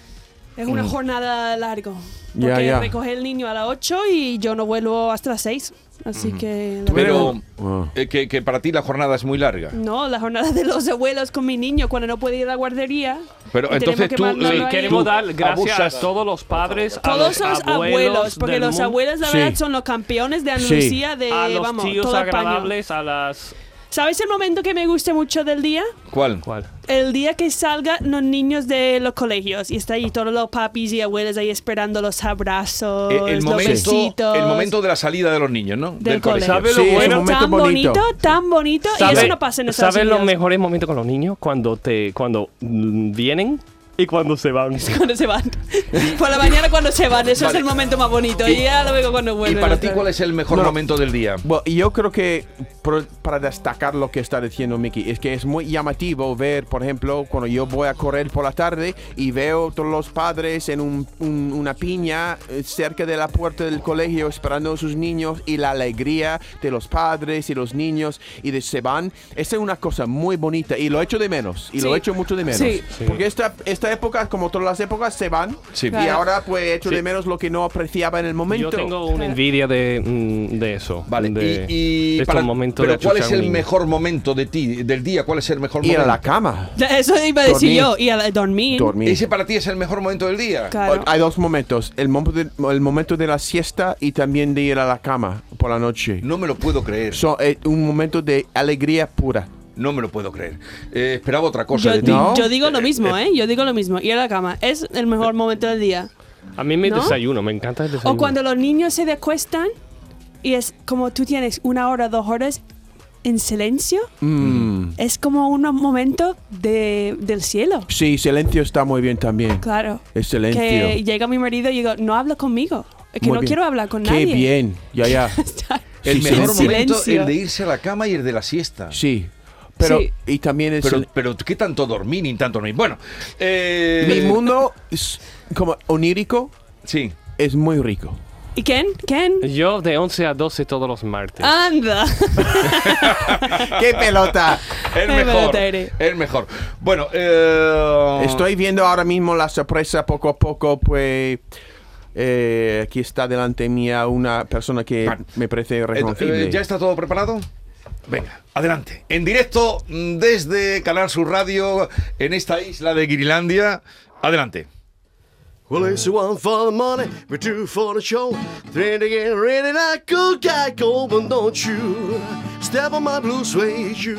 Speaker 3: Es una
Speaker 2: Mm.
Speaker 3: jornada largo. Porque
Speaker 5: Ya, ya.
Speaker 3: recoge el niño a las 8 y yo no vuelvo hasta las 6. Así que... la verdad-
Speaker 2: Pero
Speaker 5: Ah.
Speaker 2: eh, que, que para ti la jornada es muy larga.
Speaker 3: No, la jornada de los abuelos con mi niño cuando no puede ir a la guardería.
Speaker 2: Pero
Speaker 3: y tenemos
Speaker 2: entonces
Speaker 3: que
Speaker 2: tú,
Speaker 3: mandarlo
Speaker 2: eh,
Speaker 3: ahí.
Speaker 6: Queremos
Speaker 2: Tú
Speaker 6: dar gracias
Speaker 2: abusas.
Speaker 6: a todos los padres, a
Speaker 3: Todos
Speaker 6: los,
Speaker 3: los abuelos, porque
Speaker 6: del
Speaker 3: los
Speaker 6: mundo,
Speaker 3: abuelos, la
Speaker 5: Sí.
Speaker 3: verdad, son los campeones de Andalucía, de,
Speaker 6: a los
Speaker 3: vamos,
Speaker 6: tíos
Speaker 3: todo España.
Speaker 6: agradables, a las...
Speaker 3: ¿Sabes el momento que me gusta mucho del día?
Speaker 2: ¿Cuál?
Speaker 6: ¿Cuál?
Speaker 3: El día que salgan los niños de los colegios y está ahí todos los papis y abuelos ahí esperando los abrazos,
Speaker 2: Eh, el,
Speaker 3: los
Speaker 2: momento,
Speaker 3: besitos.
Speaker 2: el momento de la salida de los niños, ¿no?
Speaker 3: Del colegio.
Speaker 6: ¿Sabes
Speaker 5: Sí,
Speaker 6: lo
Speaker 5: es un
Speaker 6: bueno?
Speaker 5: momento
Speaker 3: tan bonito.
Speaker 5: bonito.
Speaker 3: tan bonito y
Speaker 6: ¿Sabe-
Speaker 3: eso no pasa en Estados
Speaker 6: ¿Sabes
Speaker 3: Unidos.
Speaker 6: los mejores momentos con los niños? Cuando te cuando mm, vienen y cuando se van.
Speaker 3: [LAUGHS] cuando se van. [LAUGHS] Por la mañana cuando se van, eso
Speaker 2: Vale.
Speaker 3: es el momento más bonito.
Speaker 2: Y-
Speaker 3: Y, ya luego cuando
Speaker 2: ¿Y
Speaker 3: vuelven.
Speaker 2: para ti
Speaker 3: otra
Speaker 2: cuál
Speaker 3: vez.
Speaker 2: es el mejor
Speaker 5: Bueno.
Speaker 2: momento del día?
Speaker 5: Bueno, y yo creo que pro- para destacar lo que está diciendo Mickey, es que es muy llamativo ver, por ejemplo, cuando yo voy a correr por la tarde y veo todos los padres en un- un- una piña eh, cerca de la puerta del colegio esperando a sus niños y la alegría de los padres y los niños y de se van. Esa es una cosa muy bonita y lo echo de menos, y
Speaker 3: Sí.
Speaker 5: lo echo mucho de menos.
Speaker 3: Sí.
Speaker 5: Porque esta, esta época, como todas las épocas, se van
Speaker 2: Sí.
Speaker 5: y
Speaker 3: Claro.
Speaker 5: ahora pues echo de menos lo que no apreciaba en el momento.
Speaker 6: Yo tengo una envidia de, mm, de eso.
Speaker 2: Vale,
Speaker 6: de,
Speaker 2: y, y
Speaker 6: de estos
Speaker 2: para-
Speaker 6: momentos
Speaker 2: pero
Speaker 6: de
Speaker 2: ¿cuál es
Speaker 6: achuchar un
Speaker 2: el
Speaker 6: niño.
Speaker 2: mejor momento de ti, del día? ¿Cuál es el mejor
Speaker 5: Ir a
Speaker 2: momento?
Speaker 5: la cama.
Speaker 3: Eso iba a decir
Speaker 5: Dormir.
Speaker 3: yo, y a la- dormir.
Speaker 5: Dormir.
Speaker 2: Ese para ti es el mejor momento del día.
Speaker 3: Claro.
Speaker 5: Hay dos momentos, el momento, de, el momento de la siesta y también de ir a la cama por la noche.
Speaker 2: No me lo puedo creer.
Speaker 5: Son eh, un momento de alegría pura.
Speaker 2: No me lo puedo creer. Eh, esperaba otra cosa
Speaker 3: Yo,
Speaker 2: de
Speaker 3: di-
Speaker 2: ti.
Speaker 5: ¿No?
Speaker 3: yo digo lo mismo, ¿eh? Yo digo lo mismo. Ir a la cama es el mejor momento del día.
Speaker 6: A mí me
Speaker 3: ¿No?
Speaker 6: desayuno, me encanta el desayuno.
Speaker 3: O cuando los niños se descuestan y es como tú tienes una hora, dos horas en silencio,
Speaker 5: Mm.
Speaker 3: es como un momento de, del cielo.
Speaker 5: Sí, silencio está muy bien también.
Speaker 3: Claro.
Speaker 5: El silencio.
Speaker 3: Que llega mi marido y digo, no habla conmigo. Es que
Speaker 5: Muy
Speaker 3: no
Speaker 5: bien.
Speaker 3: quiero hablar con
Speaker 5: Qué
Speaker 3: nadie.
Speaker 5: bien, ya, ya.
Speaker 2: El
Speaker 5: Sí,
Speaker 2: mejor
Speaker 5: sí.
Speaker 2: momento es
Speaker 3: Silencio.
Speaker 2: el de irse a la cama y el de la siesta.
Speaker 5: Sí. Pero,
Speaker 3: Sí.
Speaker 5: y también el
Speaker 2: Pero,
Speaker 5: sil-
Speaker 2: pero ¿qué tanto dormir ni tanto dormir? Bueno, eh,
Speaker 5: Mi mundo es como onírico
Speaker 2: Sí.
Speaker 5: es muy rico.
Speaker 3: [LAUGHS] ¿Y quién? ¿Quién?
Speaker 6: Yo de 11 a 12 todos los martes.
Speaker 3: Ah. Anda.
Speaker 5: [LAUGHS]
Speaker 3: [LAUGHS]
Speaker 5: ¡Qué pelota!
Speaker 2: El
Speaker 3: Ay, me
Speaker 2: mejor.
Speaker 3: alteré.
Speaker 2: El mejor. Bueno, eh,
Speaker 5: Estoy viendo ahora mismo la sorpresa poco a poco, pues... eh, aquí está delante mía una persona que
Speaker 2: Vale.
Speaker 5: me parece
Speaker 2: eh,
Speaker 5: reconocible.
Speaker 2: ¿Ya está todo preparado? Venga, adelante. En directo mm, desde Canal Sur Radio en esta isla de Grilandia. Adelante.
Speaker 11: Well, it's one for the money, but two for the show. Three to get ready like good guy gold, but don't you step on my blue suede shoe.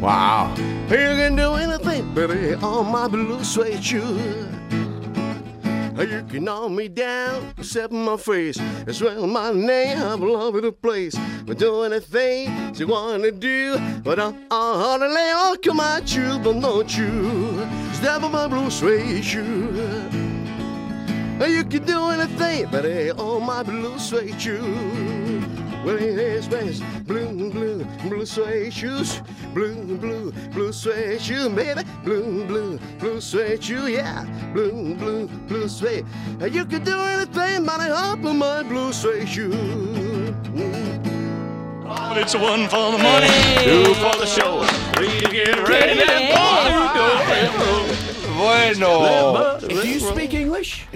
Speaker 5: Wow.
Speaker 11: You can do anything, baby, on my blue suede shoe. You can knock me down, step on my face, as well as my name, I love the place. But do anything you wanna do, but I hardly lay all oh, come at you, but don't you step on my blue suede shoe. You can do anything, but hey, on my blue suede shoes. Well, it is best. Blue, blue, blue suede shoes. Blue, blue, blue suede shoes, baby. Blue, blue, blue suede shoes, yeah. Blue, blue, blue suede. You can do anything, but I hop on my blue suede shoes. It's one for the money, two for the show.
Speaker 3: Qué bien.
Speaker 2: Bueno, bueno.
Speaker 5: Do you speak English?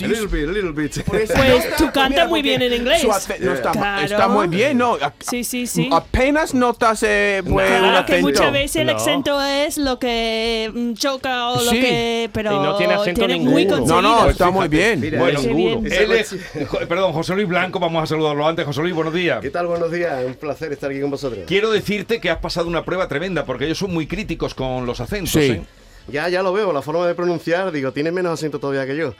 Speaker 9: A little bit, a little bit.
Speaker 3: Pues tú cantas muy bien en inglés.
Speaker 5: Su ace- no está,
Speaker 3: Claro.
Speaker 5: está muy bien, ¿no? A-
Speaker 3: Sí, sí, sí.
Speaker 5: Apenas notas eh, pues, un
Speaker 3: Claro Ah, que
Speaker 5: acento.
Speaker 3: muchas veces el
Speaker 5: No.
Speaker 3: acento es lo que mm, choca o lo
Speaker 5: Sí.
Speaker 3: que. Pero tiene muy
Speaker 5: No,
Speaker 3: conseguido.
Speaker 5: no,
Speaker 2: Pues
Speaker 5: está muy
Speaker 2: fíjate,
Speaker 5: bien.
Speaker 2: mira,
Speaker 5: Bueno,
Speaker 2: él- él es- jo- perdón, José Luis Blanco, vamos a saludarlo antes. José Luis, buenos días.
Speaker 9: ¿Qué tal? Buenos días. Un placer estar aquí con vosotros.
Speaker 2: Quiero decirte que has pasado una prueba tremenda porque ellos son muy críticos con los acentos. ¿eh?
Speaker 9: Ya, ya lo veo, la forma de pronunciar, digo, tiene menos acento todavía que yo.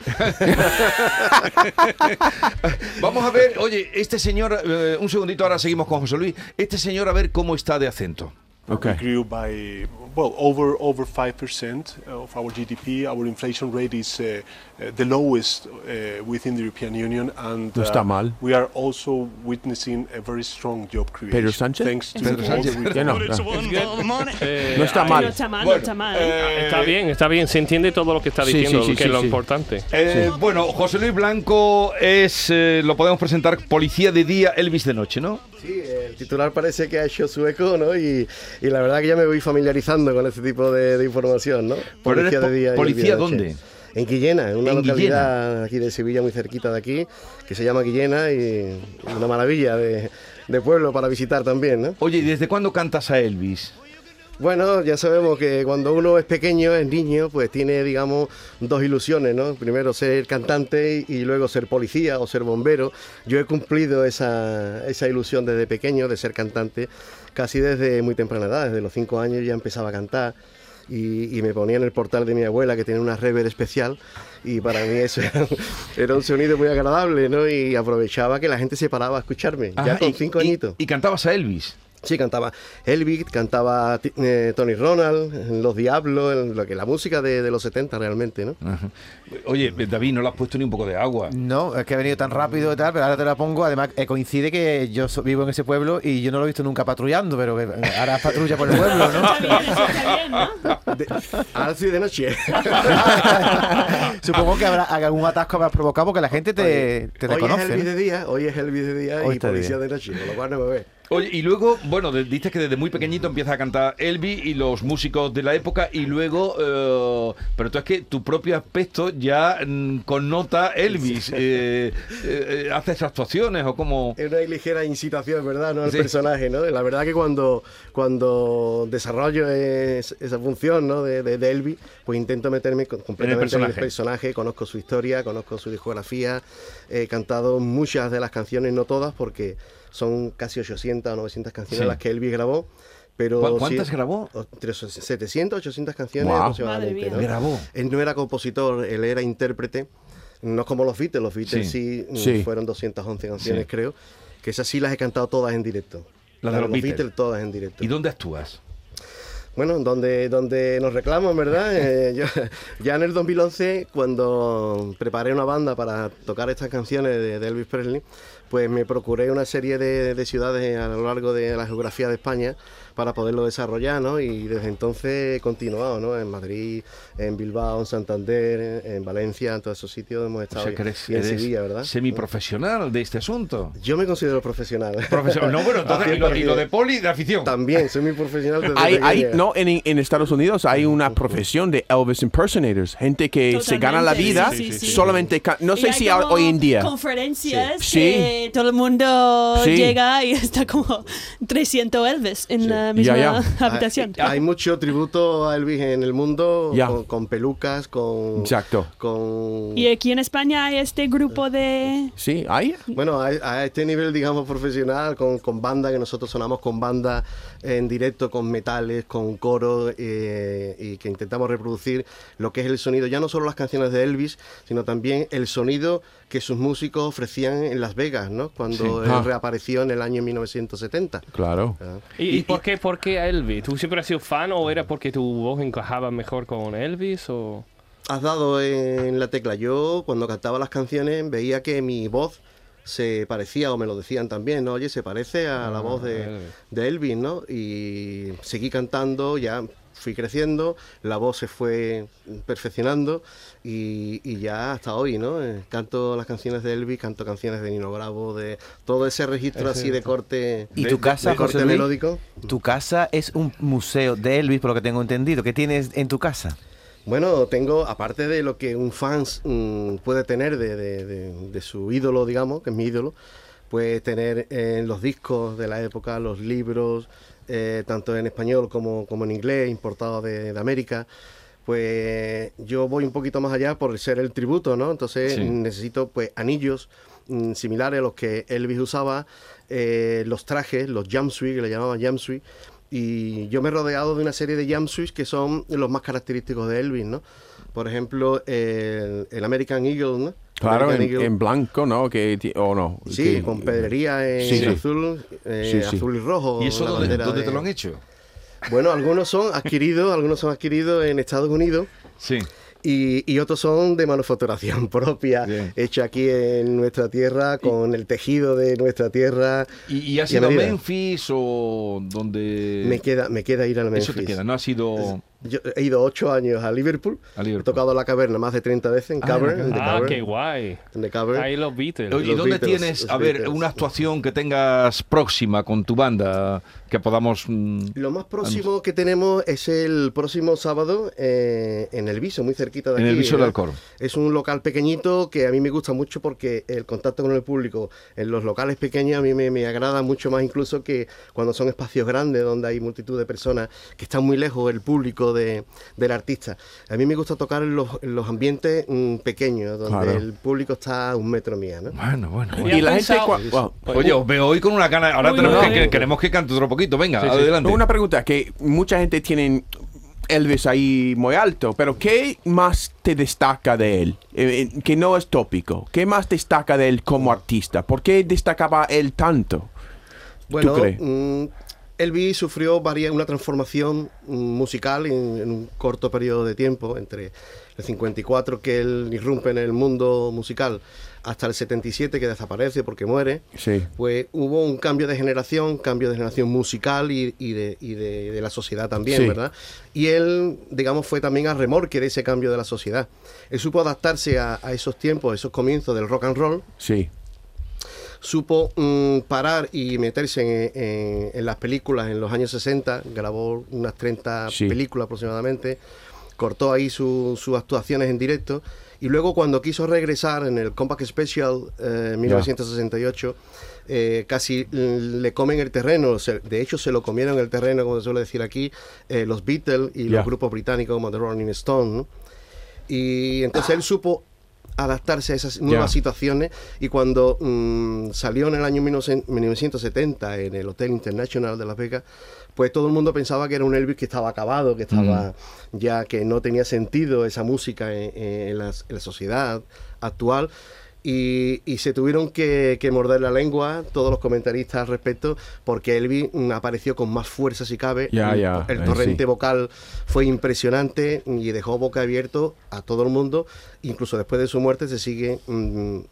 Speaker 2: Vamos a ver, oye, este señor, eh, un segundito, ahora seguimos con José Luis. Este señor, a ver cómo está de acento.
Speaker 12: We grew by well over over five percent of our GDP. Our inflation rate is uh, uh, the lowest uh, within the European Union, and uh,
Speaker 5: No está mal.
Speaker 12: we are also witnessing a very strong job creation.
Speaker 5: Pedro Sánchez?
Speaker 12: thanks to
Speaker 5: Pedro
Speaker 12: all
Speaker 5: Sánchez.
Speaker 12: the
Speaker 5: Ya no,
Speaker 12: reforms
Speaker 5: no.
Speaker 12: we've
Speaker 6: Eh,
Speaker 5: No está
Speaker 6: ahí-
Speaker 5: mal.
Speaker 3: No está mal, no
Speaker 2: Bueno,
Speaker 3: está mal.
Speaker 5: eh,
Speaker 6: Está bien, está bien. Se entiende todo lo que está
Speaker 5: Sí,
Speaker 6: diciendo,
Speaker 5: sí, sí,
Speaker 6: que
Speaker 5: sí,
Speaker 6: es lo
Speaker 5: sí.
Speaker 6: importante.
Speaker 2: Eh, Bueno, José Luis Blanco es, eh, lo podemos presentar, policía de día, Elvis de noche, ¿no?
Speaker 9: Sí, el titular parece que ha hecho su eco, ¿no? Y, y la verdad que ya me voy familiarizando con este tipo de, de información, ¿no?
Speaker 2: Pero eres po-
Speaker 9: y
Speaker 2: policía
Speaker 9: de noche.
Speaker 2: ¿dónde?
Speaker 9: En Guillena, en una
Speaker 2: En
Speaker 9: localidad aquí de Sevilla, muy cerquita de aquí, que se llama Guillena y una maravilla de, de pueblo para visitar también, ¿no?
Speaker 2: Oye, ¿y desde cuándo cantas a Elvis?
Speaker 9: Bueno, ya sabemos que cuando uno es pequeño, es niño, pues tiene, digamos, dos ilusiones, ¿no? Primero ser cantante y y luego ser policía o ser bombero. Yo he cumplido esa, esa ilusión desde pequeño de ser cantante, casi desde muy temprana edad, desde los cinco años ya empezaba a cantar. Y, y me ponía en el portal de mi abuela que tenía una rever especial y para mí eso era, un- era un sonido muy agradable, ¿no? Y aprovechaba que la gente se paraba a escucharme,
Speaker 2: Ajá,
Speaker 9: ya con
Speaker 2: Ah, y-
Speaker 9: cinco
Speaker 2: y-
Speaker 9: añitos.
Speaker 2: y cantabas a Elvis.
Speaker 9: Sí, cantaba Elvis, cantaba Ti- eh, Tony Ronald, Los Diablos, en lo que, la música de, de los 70 realmente,
Speaker 5: [LAUGHS]
Speaker 9: ¿no?
Speaker 2: Oye, David, no le has puesto ni un poco de agua.
Speaker 7: No, es que he venido tan rápido y tal, pero ahora te la pongo. Además, eh, coincide que yo so- vivo en ese pueblo y yo no lo he visto nunca patrullando, pero que eh, ahora patrulla por el pueblo,
Speaker 9: Ahora sí de noche.
Speaker 7: ¿no? [LAUGHS] Supongo que habrá algún atasco habrás provocado porque la gente te, te
Speaker 9: hoy es
Speaker 7: reconoce.
Speaker 9: Elvis
Speaker 7: ¿no?
Speaker 9: de día, hoy es Elvis de día
Speaker 7: Hoy
Speaker 9: y
Speaker 7: está
Speaker 9: policía
Speaker 7: bien.
Speaker 9: de noche, con lo cual no me ve.
Speaker 2: Oye, y luego, bueno, de- dices que desde muy pequeñito empiezas a cantar Elvis y los músicos de la época y luego, eh, pero tú es que tu propio aspecto ya mm, connota Elvis. Eh, eh, eh, ¿Haces actuaciones o cómo?
Speaker 9: Es una ligera incitación, ¿verdad? ¿no? Al
Speaker 2: Sí.
Speaker 9: personaje, ¿no? La verdad que cuando, cuando desarrollo es- esa función ¿no? de, de, de Elvis, pues intento meterme con- completamente en el
Speaker 2: personaje.
Speaker 9: personaje, conozco su historia, conozco su discografía, he cantado muchas de las canciones, no todas, porque son casi 800 o 900 canciones
Speaker 2: Sí.
Speaker 9: las que Elvis grabó. Pero
Speaker 2: ¿Cu-
Speaker 9: sí-
Speaker 2: cuántas grabó?
Speaker 9: o- entre 700, 800 canciones
Speaker 2: Guau.
Speaker 9: aproximadamente.
Speaker 2: Madre
Speaker 9: ¿no?
Speaker 2: mía. Grabó.
Speaker 9: Él no era compositor, él era intérprete. No es como los Beatles, los Beatles
Speaker 2: Sí.
Speaker 9: sí, mm,
Speaker 2: Sí.
Speaker 9: fueron 211 canciones,
Speaker 2: Sí.
Speaker 9: creo. Que esas sí las he cantado todas en directo.
Speaker 2: Las de los Beatles.
Speaker 9: todas en directo.
Speaker 2: ¿Y dónde actúas?
Speaker 9: Bueno, donde, donde nos reclaman,
Speaker 2: [LAUGHS]
Speaker 9: ¿verdad? Eh, yo- ya en el 2011, cuando preparé una banda para tocar estas canciones de, de Elvis Presley, pues me procuré una serie de, de ciudades a lo largo de la geografía de España para poderlo desarrollar, ¿no? Y desde entonces he continuado, ¿no? En Madrid, en Bilbao, en Santander, en, en Valencia, en todos esos sitios hemos
Speaker 2: O
Speaker 9: estado.
Speaker 2: sea, que eres,
Speaker 9: y en
Speaker 2: eres
Speaker 9: Sevilla, ¿verdad?
Speaker 2: semiprofesional de este
Speaker 9: [LAUGHS]
Speaker 2: asunto.
Speaker 9: Yo me considero profesional.
Speaker 2: Profesional. No, bueno, entonces, y lo, y lo de poli, de afición.
Speaker 9: También, soy muy profesional desde
Speaker 5: Hay, hay-
Speaker 9: pequeño.
Speaker 5: no, en, en Estados Unidos hay una profesión de Elvis impersonators, gente que se gana la
Speaker 3: Totalmente,
Speaker 5: vida
Speaker 3: sí, sí, sí.
Speaker 5: solamente. ca- No
Speaker 3: Y
Speaker 5: sé
Speaker 3: hay
Speaker 5: si ahora-
Speaker 3: como
Speaker 5: hoy en día.
Speaker 3: Conferencias
Speaker 5: Sí.
Speaker 3: que todo el mundo
Speaker 5: Sí.
Speaker 3: llega y [LAUGHS] está como 300 Elvis en la misma
Speaker 5: Ya,
Speaker 9: Ah,
Speaker 3: [LAUGHS] habitación.
Speaker 9: eh, Hay, mucho tributo a Elvis en el mundo,
Speaker 5: Ya.
Speaker 9: con, con pelucas, con...
Speaker 5: Exacto.
Speaker 9: con-
Speaker 3: Y aquí en España hay este grupo de...
Speaker 5: Sí, hay.
Speaker 9: [LAUGHS] bueno, a, a este nivel, digamos, profesional, con, con banda, que nosotros sonamos con banda en directo, con metales, con coro, eh, y que intentamos reproducir lo que es el sonido, ya no solo las canciones de Elvis, sino también el sonido que sus músicos ofrecían en Las Vegas, ¿no? Cuando él
Speaker 5: Ah.
Speaker 9: reapareció en el año 1970.
Speaker 5: Claro.
Speaker 9: Ah,
Speaker 6: ¿Y, y por, qué, por qué Elvis? ¿Tú siempre has sido fan o era porque tu voz encajaba mejor con Elvis? O...
Speaker 9: Has dado en la tecla. Yo cuando cantaba las canciones veía que mi voz se parecía, o me lo decían también, ¿no? Oye, se parece a la voz de,
Speaker 6: Elvis.
Speaker 9: de Elvis, ¿no? Y seguí cantando, ya fui creciendo, la voz se fue perfeccionando y, y ya hasta hoy, ¿no? Eh, Canto las canciones de Elvis, canto canciones de Nino Bravo, de todo ese registro así de corte,
Speaker 7: ¿Y
Speaker 9: de-
Speaker 7: tu
Speaker 9: de-
Speaker 7: casa,
Speaker 9: de corte
Speaker 7: José Luis?
Speaker 9: melódico.
Speaker 7: Tu casa es un museo de Elvis, por lo que tengo entendido. ¿Qué tienes en tu casa?
Speaker 9: Bueno, tengo, aparte de lo que un fans mm, puede tener de, de- de- de su ídolo, digamos, que es mi ídolo, pues tener en los discos de la época, los libros, eh, tanto en español como, como en inglés, importados de, de América. Pues yo voy un poquito más allá por ser el tributo, ¿no? Entonces
Speaker 13: Sí.
Speaker 9: necesito pues anillos mm, similares a los que Elvis usaba, eh, los trajes, los jumpsuits, que le llamaban jumpsuits, y yo me he rodeado de una serie de jumpsuits que son los más característicos de Elvis, ¿no? Por ejemplo, el, el American Eagle, ¿no?
Speaker 5: Claro,
Speaker 9: American
Speaker 5: en,
Speaker 9: Eagle.
Speaker 5: en blanco, ¿no? Que, ti- o no.
Speaker 9: Sí,
Speaker 5: que-
Speaker 9: con pedrería en
Speaker 5: Sí, sí.
Speaker 9: azul, eh,
Speaker 5: Sí, sí.
Speaker 9: azul y rojo.
Speaker 2: ¿Y eso
Speaker 9: la
Speaker 2: dónde,
Speaker 9: bandera
Speaker 2: dónde
Speaker 9: de-
Speaker 2: te lo han hecho?
Speaker 9: Bueno, algunos son adquiridos, algunos son adquiridos en Estados Unidos.
Speaker 2: Sí.
Speaker 9: Y, y otros son de manufacturación [LAUGHS] propia, hecho aquí en nuestra tierra, con el tejido de nuestra tierra.
Speaker 2: ¿Y, y has
Speaker 9: a
Speaker 2: ido a
Speaker 9: medida.
Speaker 2: Memphis o donde...?
Speaker 9: Me queda, me queda ir al Memphis.
Speaker 2: Eso te queda, no has ido...
Speaker 9: Yo he ido ocho años a Liverpool. He tocado la caverna más de 30 veces en
Speaker 2: Ah,
Speaker 9: Cavern.
Speaker 2: en la
Speaker 9: en The
Speaker 2: Cavern. Ah,
Speaker 9: Cavern,
Speaker 2: qué
Speaker 6: guay.
Speaker 9: en The Cavern.
Speaker 6: Ahí los Beatles.
Speaker 2: Oye, ¿Y
Speaker 9: Los
Speaker 2: dónde
Speaker 9: Beatles,
Speaker 2: tienes,
Speaker 9: los
Speaker 2: a ver,
Speaker 9: Beatles.
Speaker 2: una actuación que tengas próxima con tu banda que podamos... mm,
Speaker 9: Lo más próximo que tenemos es el próximo sábado eh, en el Viso, muy cerquita de
Speaker 2: En
Speaker 9: aquí.
Speaker 2: el Viso del
Speaker 9: ¿verdad?
Speaker 2: Alcor.
Speaker 9: Es un local pequeñito que a mí me gusta mucho porque el contacto con el público en los locales pequeños a mí me, me agrada mucho más incluso que cuando son espacios grandes donde hay multitud de personas que están muy lejos el público de- del artista. A mí me gusta tocar en los, en los ambientes mm, pequeños donde
Speaker 2: Claro.
Speaker 9: el público está a un metro mía. ¿no?
Speaker 2: Bueno, bueno.
Speaker 9: Y la gente cua-
Speaker 5: wow.
Speaker 2: Oye, os veo hoy con una gana. Ahora
Speaker 5: Uy,
Speaker 2: tenemos
Speaker 5: no,
Speaker 2: que, que-
Speaker 5: eh.
Speaker 2: queremos que cante otro poquito. Venga, adelante.
Speaker 5: Una pregunta que mucha gente tiene Elvis ahí muy alto, pero ¿qué más te destaca de él? Eh, eh, que no es tópico. ¿Qué más destaca de él como artista? ¿Por qué destacaba él tanto?
Speaker 9: Bueno,
Speaker 5: ¿Tú crees?
Speaker 9: mm, Elvis sufrió varia- una transformación mm, musical en, en un corto periodo de tiempo, entre el 54 que él irrumpe en el mundo musical hasta el 77 que desaparece porque muere,
Speaker 5: Sí.
Speaker 9: pues hubo un cambio de generación, cambio de generación musical y, y de, y de- de la sociedad también,
Speaker 5: Sí.
Speaker 9: ¿verdad? Y él, digamos, fue también a remorque de ese cambio de la sociedad. Él supo adaptarse a, a esos tiempos, a esos comienzos del rock and roll,
Speaker 5: Sí.
Speaker 9: supo mm, parar y meterse en, en- en las películas en los años 60, grabó unas 30
Speaker 5: Sí.
Speaker 9: películas aproximadamente, cortó ahí su- sus actuaciones en directo y luego cuando quiso regresar en el Compact Special eh, 1968, eh, casi mm, le comen el terreno, se- de hecho se lo comieron el terreno, como se suele decir aquí, eh, los Beatles y
Speaker 5: Ya.
Speaker 9: los grupos británicos como The Rolling Stone. ¿no? Y entonces él supo adaptarse a esas nuevas
Speaker 5: Ya.
Speaker 9: situaciones y cuando mm, salió en el año 19- 1970 en el Hotel International de Las Vegas, pues todo el mundo pensaba que era un Elvis que estaba acabado, que estaba ya que no tenía sentido esa música en, en la, en la sociedad actual. Y, y se tuvieron que, que morder la lengua todos los comentaristas al respecto porque Elvis mm, apareció con más fuerza si cabe.
Speaker 5: Ya,
Speaker 9: Mm,
Speaker 5: ya,
Speaker 9: El
Speaker 5: eh,
Speaker 9: torrente
Speaker 5: sí.
Speaker 9: vocal fue impresionante y dejó boca abierto a todo el mundo. Incluso después de su muerte se sigue mm,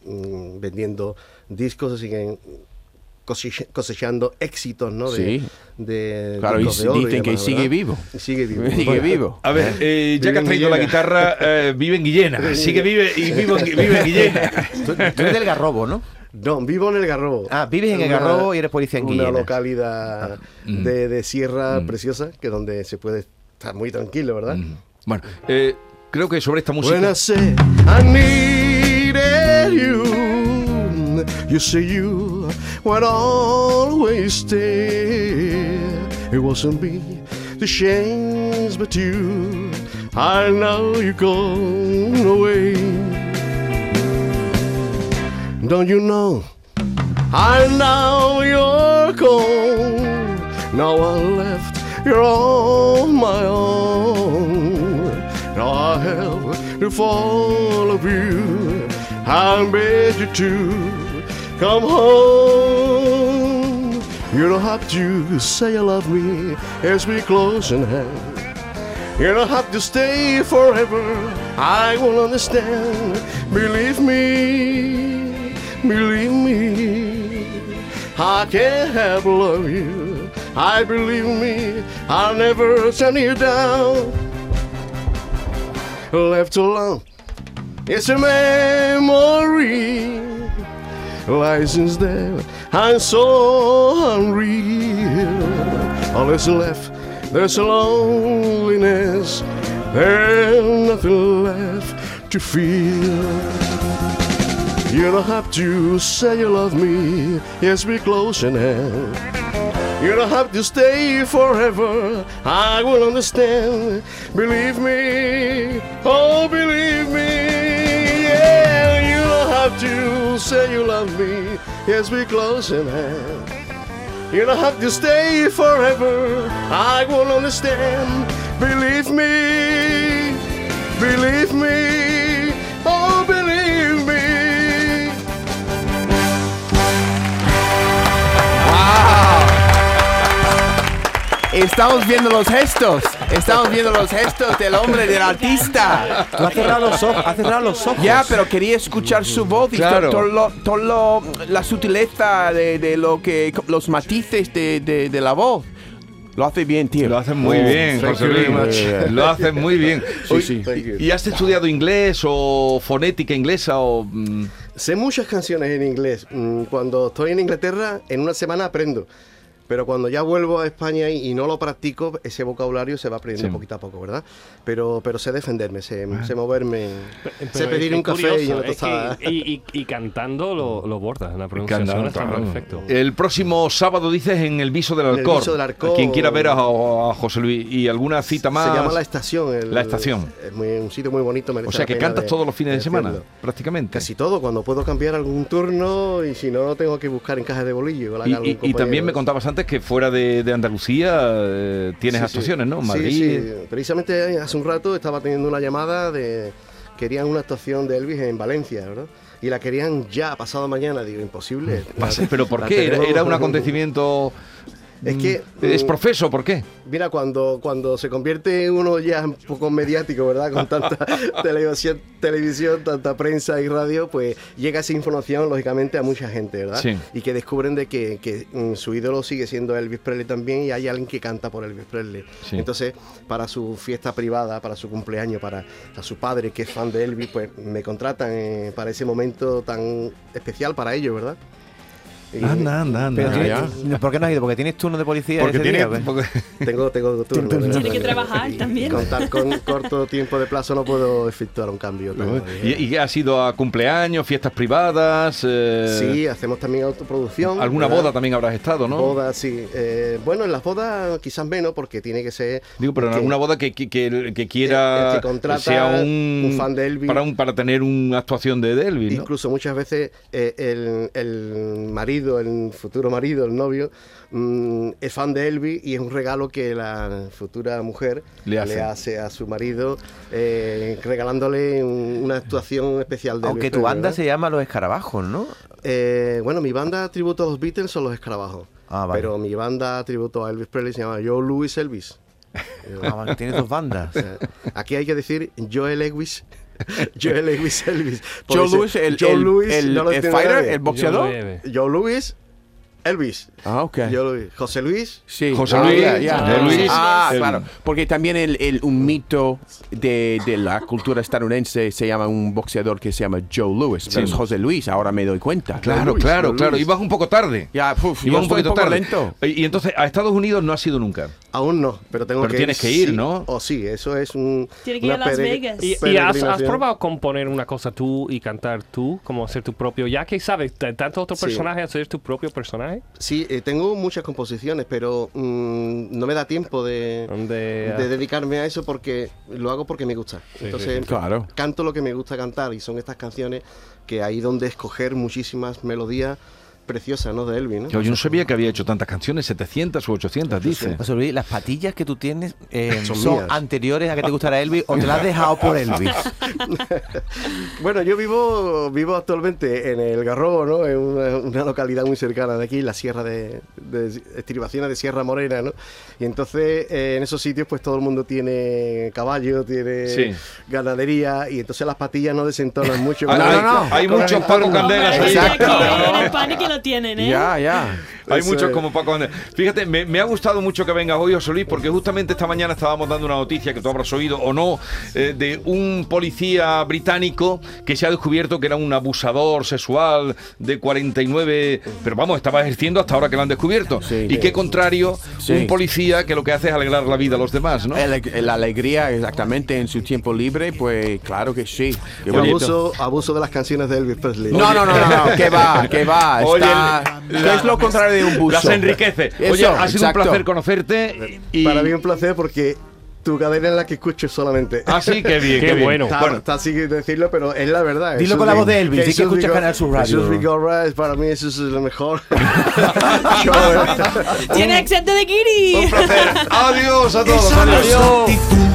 Speaker 9: mm, vendiendo discos, se siguen cosecha- cosechando éxitos, ¿no? De,
Speaker 5: Sí.
Speaker 9: de
Speaker 5: Claro,
Speaker 9: discos
Speaker 5: y
Speaker 9: de oro
Speaker 5: dicen que
Speaker 9: demás,
Speaker 5: sigue
Speaker 9: ¿verdad?
Speaker 5: vivo.
Speaker 9: Y Sigue vivo.
Speaker 5: Sigue
Speaker 9: Bueno, [LAUGHS]
Speaker 5: vivo.
Speaker 2: A ver, eh,
Speaker 9: Vive
Speaker 2: ya que has
Speaker 9: en
Speaker 2: traído la
Speaker 9: Guillena.
Speaker 2: guitarra, eh, vive en Guillena. Sí que vive y vivo en, vive en Guillena.
Speaker 7: Tú, tú eres del Garrobo, ¿no?
Speaker 9: No, vivo en el Garrobo.
Speaker 7: Ah, vives en el Garrobo y eres policía en Ah. Mm.
Speaker 9: una
Speaker 7: Guillena.
Speaker 9: localidad de, de
Speaker 7: Mm.
Speaker 9: sierra preciosa, que donde se puede estar muy tranquilo, ¿verdad?
Speaker 2: Bueno, eh, creo que sobre esta música...
Speaker 9: When I say I needed you, you say you would always stay. It wasn't me the shames, but you. I know you're gone away. Don't you know? I know you're gone. Now I'm left, you're on my own. Now I have to follow you. I beg you to come home. You don't have to say you love me as we close in hand. You don't have to stay forever. I will understand. Believe me, believe me. I can't help love you. I believe me. I'll never turn you down. Left alone, it's a memory. License there, and so unreal. All that's left, there's loneliness. and nothing left to feel. You don't have to say you love me, yes, we're close in hand. You don't have to stay forever, I will understand. Believe me, oh, believe me, yeah. You don't have to say you love me, yes, we're close in hand. You don't have to stay forever. I will understand. Believe me. Believe me. Oh, believe me. Ah.
Speaker 5: Estamos viendo los gestos. Estamos viendo los gestos del hombre, del artista.
Speaker 7: Tú has cerrado los ojos. Has cerrado los ojos.
Speaker 5: Ya, pero quería escuchar su voz y to-
Speaker 7: Claro.
Speaker 5: todo lo- todo lo- la sutileza de, de lo que los matices de, de- de la voz. Lo hace bien, tío. Lo hace
Speaker 7: Oh,
Speaker 2: Muy bien, José Luis. Lo haces muy bien. Oye, ¿Y y has estudiado inglés o fonética inglesa o...? mm,
Speaker 9: Sé muchas canciones en inglés. Mm, Cuando estoy en Inglaterra, en una semana aprendo. Pero cuando ya vuelvo a España y, y no lo practico, ese vocabulario se va aprendiendo
Speaker 2: Sí.
Speaker 9: poquito a poco, ¿verdad? Pero, pero sé defenderme, sé, sé moverme, sé
Speaker 6: Pero es-
Speaker 9: pedir
Speaker 6: es
Speaker 9: un café y
Speaker 6: curioso,
Speaker 9: una
Speaker 6: es que-
Speaker 9: tostada.
Speaker 6: y, y- y cantando lo, lo bordas, la pronunciación está
Speaker 2: Cantando.
Speaker 6: perfecto.
Speaker 9: Eh,
Speaker 2: El próximo sábado dices en el viso del
Speaker 9: En el
Speaker 2: Alcor.
Speaker 9: Viso del Alcor.
Speaker 2: Quien quiera ver a, a José Luis y alguna cita más.
Speaker 9: Se llama La Estación. el-
Speaker 2: La Estación.
Speaker 9: Es muy- un sitio muy bonito. merece
Speaker 2: O sea
Speaker 9: la
Speaker 2: que
Speaker 9: pena
Speaker 2: cantas
Speaker 9: de-
Speaker 2: todos los fines de semana,
Speaker 9: hacerlo.
Speaker 2: prácticamente.
Speaker 9: Casi todo, cuando puedo cambiar algún turno y si no, tengo que buscar en cajas de bolillo. la
Speaker 2: Y,
Speaker 9: haga algún
Speaker 2: y- y también
Speaker 9: compañero.
Speaker 2: me contabas antes que fuera de, de Andalucía eh, tienes
Speaker 9: Sí, sí.
Speaker 2: actuaciones, ¿no?
Speaker 9: Sí,
Speaker 2: Madrid.
Speaker 9: sí. Precisamente hace un rato estaba teniendo una llamada de. Querían una actuación de Elvis en Valencia, ¿verdad? Y la querían ya, pasado mañana. Digo, imposible.
Speaker 2: Mm, Pasa- ¿Pero por
Speaker 9: La
Speaker 2: qué? Era,
Speaker 9: tenemos-
Speaker 2: era un acontecimiento.
Speaker 9: Es que,
Speaker 2: mm, ¿Es
Speaker 9: mm,
Speaker 2: profeso? ¿Por qué?
Speaker 9: Mira, cuando, cuando se convierte uno ya un poco mediático, ¿verdad? Con
Speaker 2: [LAUGHS]
Speaker 9: tanta televisión, televisión, tanta prensa y radio, pues llega esa información, lógicamente, a mucha gente, ¿verdad?
Speaker 2: Sí.
Speaker 9: Y que descubren de que, que, mm, su ídolo sigue siendo Elvis Presley también y hay alguien que canta por Elvis Presley.
Speaker 2: Sí.
Speaker 9: Entonces, para su fiesta privada, para su cumpleaños, para, para su padre que es fan de Elvis, pues me contratan eh, para ese momento tan especial para ellos, ¿verdad? Y-
Speaker 2: Anda, anda, anda.
Speaker 7: Pero
Speaker 2: Ya.
Speaker 7: tienes- ¿Por qué no has ido? Porque tienes turno de policía.
Speaker 2: Porque
Speaker 7: ese
Speaker 2: tiene-
Speaker 7: día, ¿o qué?
Speaker 9: Tengo,
Speaker 2: [LAUGHS]
Speaker 9: tengo turno.
Speaker 7: Tiene
Speaker 9: ¿verdad?
Speaker 7: que
Speaker 3: trabajar también. [LAUGHS]
Speaker 9: Contar con corto tiempo de plazo no puedo efectuar un cambio. tan grande.
Speaker 2: ¿Y, y has ido a cumpleaños, fiestas privadas? eh,
Speaker 9: Sí, hacemos también autoproducción.
Speaker 2: ¿Alguna
Speaker 9: ¿verdad?
Speaker 2: boda también habrás estado, no?
Speaker 9: Boda, sí. Eh, bueno, en las bodas quizás menos porque tiene que ser...
Speaker 2: Digo, pero en
Speaker 9: que-
Speaker 2: alguna boda que, que, que el que quiera
Speaker 9: El que contrata
Speaker 2: sea un,
Speaker 9: un fan de Elvis.
Speaker 2: para un para tener una actuación de Elvis, ¿no?
Speaker 9: Incluso muchas veces eh, el, el marido, el futuro marido, el novio, mm, es fan de Elvis y es un regalo que la futura mujer
Speaker 2: Le hace.
Speaker 9: a su marido eh, regalándole un- una actuación especial de
Speaker 7: Aunque
Speaker 9: Elvis
Speaker 7: tu
Speaker 9: Presley,
Speaker 7: banda
Speaker 9: ¿verdad?
Speaker 7: se llama Los Escarabajos, ¿no?
Speaker 9: Eh, bueno, mi banda tributo a los Beatles son los escarabajos.
Speaker 7: Ah, vale.
Speaker 9: Pero mi banda tributo a Elvis Presley se llama Yo Louis Elvis.
Speaker 7: Ah, vale, tienes dos [LAUGHS] bandas.
Speaker 9: O sea, aquí hay que decir Joe [LAUGHS] Lewis. Joe Lewis Elvis.
Speaker 5: Joe
Speaker 9: Porque
Speaker 5: Louis,
Speaker 9: ese-
Speaker 5: el-
Speaker 9: Joe
Speaker 5: el-
Speaker 9: Louis,
Speaker 5: el-
Speaker 9: no lo
Speaker 5: el
Speaker 9: entiende
Speaker 5: fighter,
Speaker 9: nadie.
Speaker 5: el boxeador.
Speaker 6: Joe Louis.
Speaker 9: Joe Louis Elvis.
Speaker 5: Ah, ok.
Speaker 9: Joe Louis. José Luis.
Speaker 5: Sí.
Speaker 2: José
Speaker 5: Ah,
Speaker 2: Luis,
Speaker 5: ya, ya.
Speaker 2: José Luis,
Speaker 5: Ah,
Speaker 2: el-
Speaker 5: claro. Porque también el, el- un mito de, de la cultura estadounidense se llama un boxeador que se llama Joe Lewis. Pero
Speaker 2: Sí.
Speaker 5: es José Luis, ahora me doy cuenta.
Speaker 2: Claro,
Speaker 5: Luis,
Speaker 2: claro,
Speaker 5: Luis.
Speaker 2: claro. Ibas un poco tarde.
Speaker 5: Ya, puf,
Speaker 2: Ibas
Speaker 5: yo estoy un poco lento.
Speaker 2: Y, y entonces, a Estados Unidos no has ido nunca.
Speaker 9: Aún no, pero tengo
Speaker 2: Pero
Speaker 9: que
Speaker 2: tienes que ir,
Speaker 9: sí
Speaker 2: ¿no?
Speaker 9: O sí, eso es un.
Speaker 3: Tiene que ir
Speaker 9: una
Speaker 3: a Las
Speaker 9: peregr-
Speaker 3: Vegas.
Speaker 6: ¿Y, y has, has
Speaker 9: peregrinación.
Speaker 6: probado componer una cosa tú y cantar tú? Como hacer tu propio, ya que sabes, t- tanto otro
Speaker 9: Sí.
Speaker 6: personaje, hacer tu propio personaje.
Speaker 9: Sí, eh, tengo muchas composiciones, pero mm, no me da tiempo de,
Speaker 6: Donde,
Speaker 9: de dedicarme a eso porque lo hago porque me gusta. Entonces,
Speaker 5: sí. Claro.
Speaker 9: canto lo que me gusta cantar y son estas canciones que hay donde escoger muchísimas melodías preciosas, ¿no? De Elvis, ¿no?
Speaker 2: Yo, yo no sabía que había hecho tantas canciones, 700 u 800, dice.
Speaker 7: José Luis, las patillas que tú tienes eh,
Speaker 9: Son
Speaker 7: son,
Speaker 9: mías.
Speaker 7: anteriores a que te gustara Elvis o te las has dejado
Speaker 9: [LAUGHS]
Speaker 7: por Elvis.
Speaker 9: Bueno, yo vivo vivo actualmente en el Garrobo, ¿no? En una, una localidad muy cercana de aquí, la Sierra de, de estribaciones de Sierra Morena, ¿no? Y entonces eh, en esos sitios pues todo el mundo tiene caballo, tiene
Speaker 2: Sí.
Speaker 9: ganadería y entonces las patillas no desentonan mucho.
Speaker 2: Ah, Hay-
Speaker 9: Con-
Speaker 2: hay- Hay
Speaker 9: con
Speaker 2: muchos
Speaker 9: el
Speaker 2: Paco
Speaker 9: entorno.
Speaker 2: Candelas ahí.
Speaker 3: Aquí en España que lo tienen, ¿eh?
Speaker 5: Ya, ya.
Speaker 2: Hay
Speaker 9: Eso
Speaker 2: muchos
Speaker 9: es.
Speaker 2: como Paco Andrés. Fíjate, me, me ha gustado mucho que vengas hoy, José Luis, porque justamente esta mañana estábamos dando una noticia que tú habrás oído o no, eh, de un policía británico que se ha descubierto que era un abusador sexual de 49, pero vamos, estaba ejerciendo hasta ahora que lo han descubierto. y qué contrario,
Speaker 5: Sí.
Speaker 2: un policía que lo que hace es alegrar la vida a los demás, ¿no?
Speaker 5: El- La alegría, exactamente, en su tiempo libre, pues claro que sí. Qué bonito.
Speaker 9: abuso, abuso de las canciones de Elvis Presley.
Speaker 5: No, no, no, no, no, que va, que va.
Speaker 9: Oye,
Speaker 5: está-
Speaker 9: el-
Speaker 5: ¿qué
Speaker 9: la-
Speaker 5: es lo contrario de un buzo?
Speaker 2: Las enriquece. Oye,
Speaker 5: Eso,
Speaker 2: ha sido un
Speaker 5: exacto.
Speaker 2: placer conocerte. Y...
Speaker 9: Para mí un placer porque tu cadena es la que escucho solamente.
Speaker 2: Ah, sí, qué bien, Qué qué bien. bueno.
Speaker 9: Está,
Speaker 2: Bueno.
Speaker 9: está así que decirlo, pero es la verdad.
Speaker 7: Dilo
Speaker 9: Jesús
Speaker 7: con la voz de
Speaker 9: Vigorra-
Speaker 7: Elvis, di que
Speaker 9: Jesús
Speaker 7: escucha
Speaker 9: Vigorra-
Speaker 7: Canal Sur Radio.
Speaker 9: Jesús Vigorra es para mí eso es lo mejor. eh,
Speaker 3: Tiene acento de guiri.
Speaker 9: Adiós a todos.
Speaker 4: Esa no es
Speaker 9: Adiós.
Speaker 4: actitud,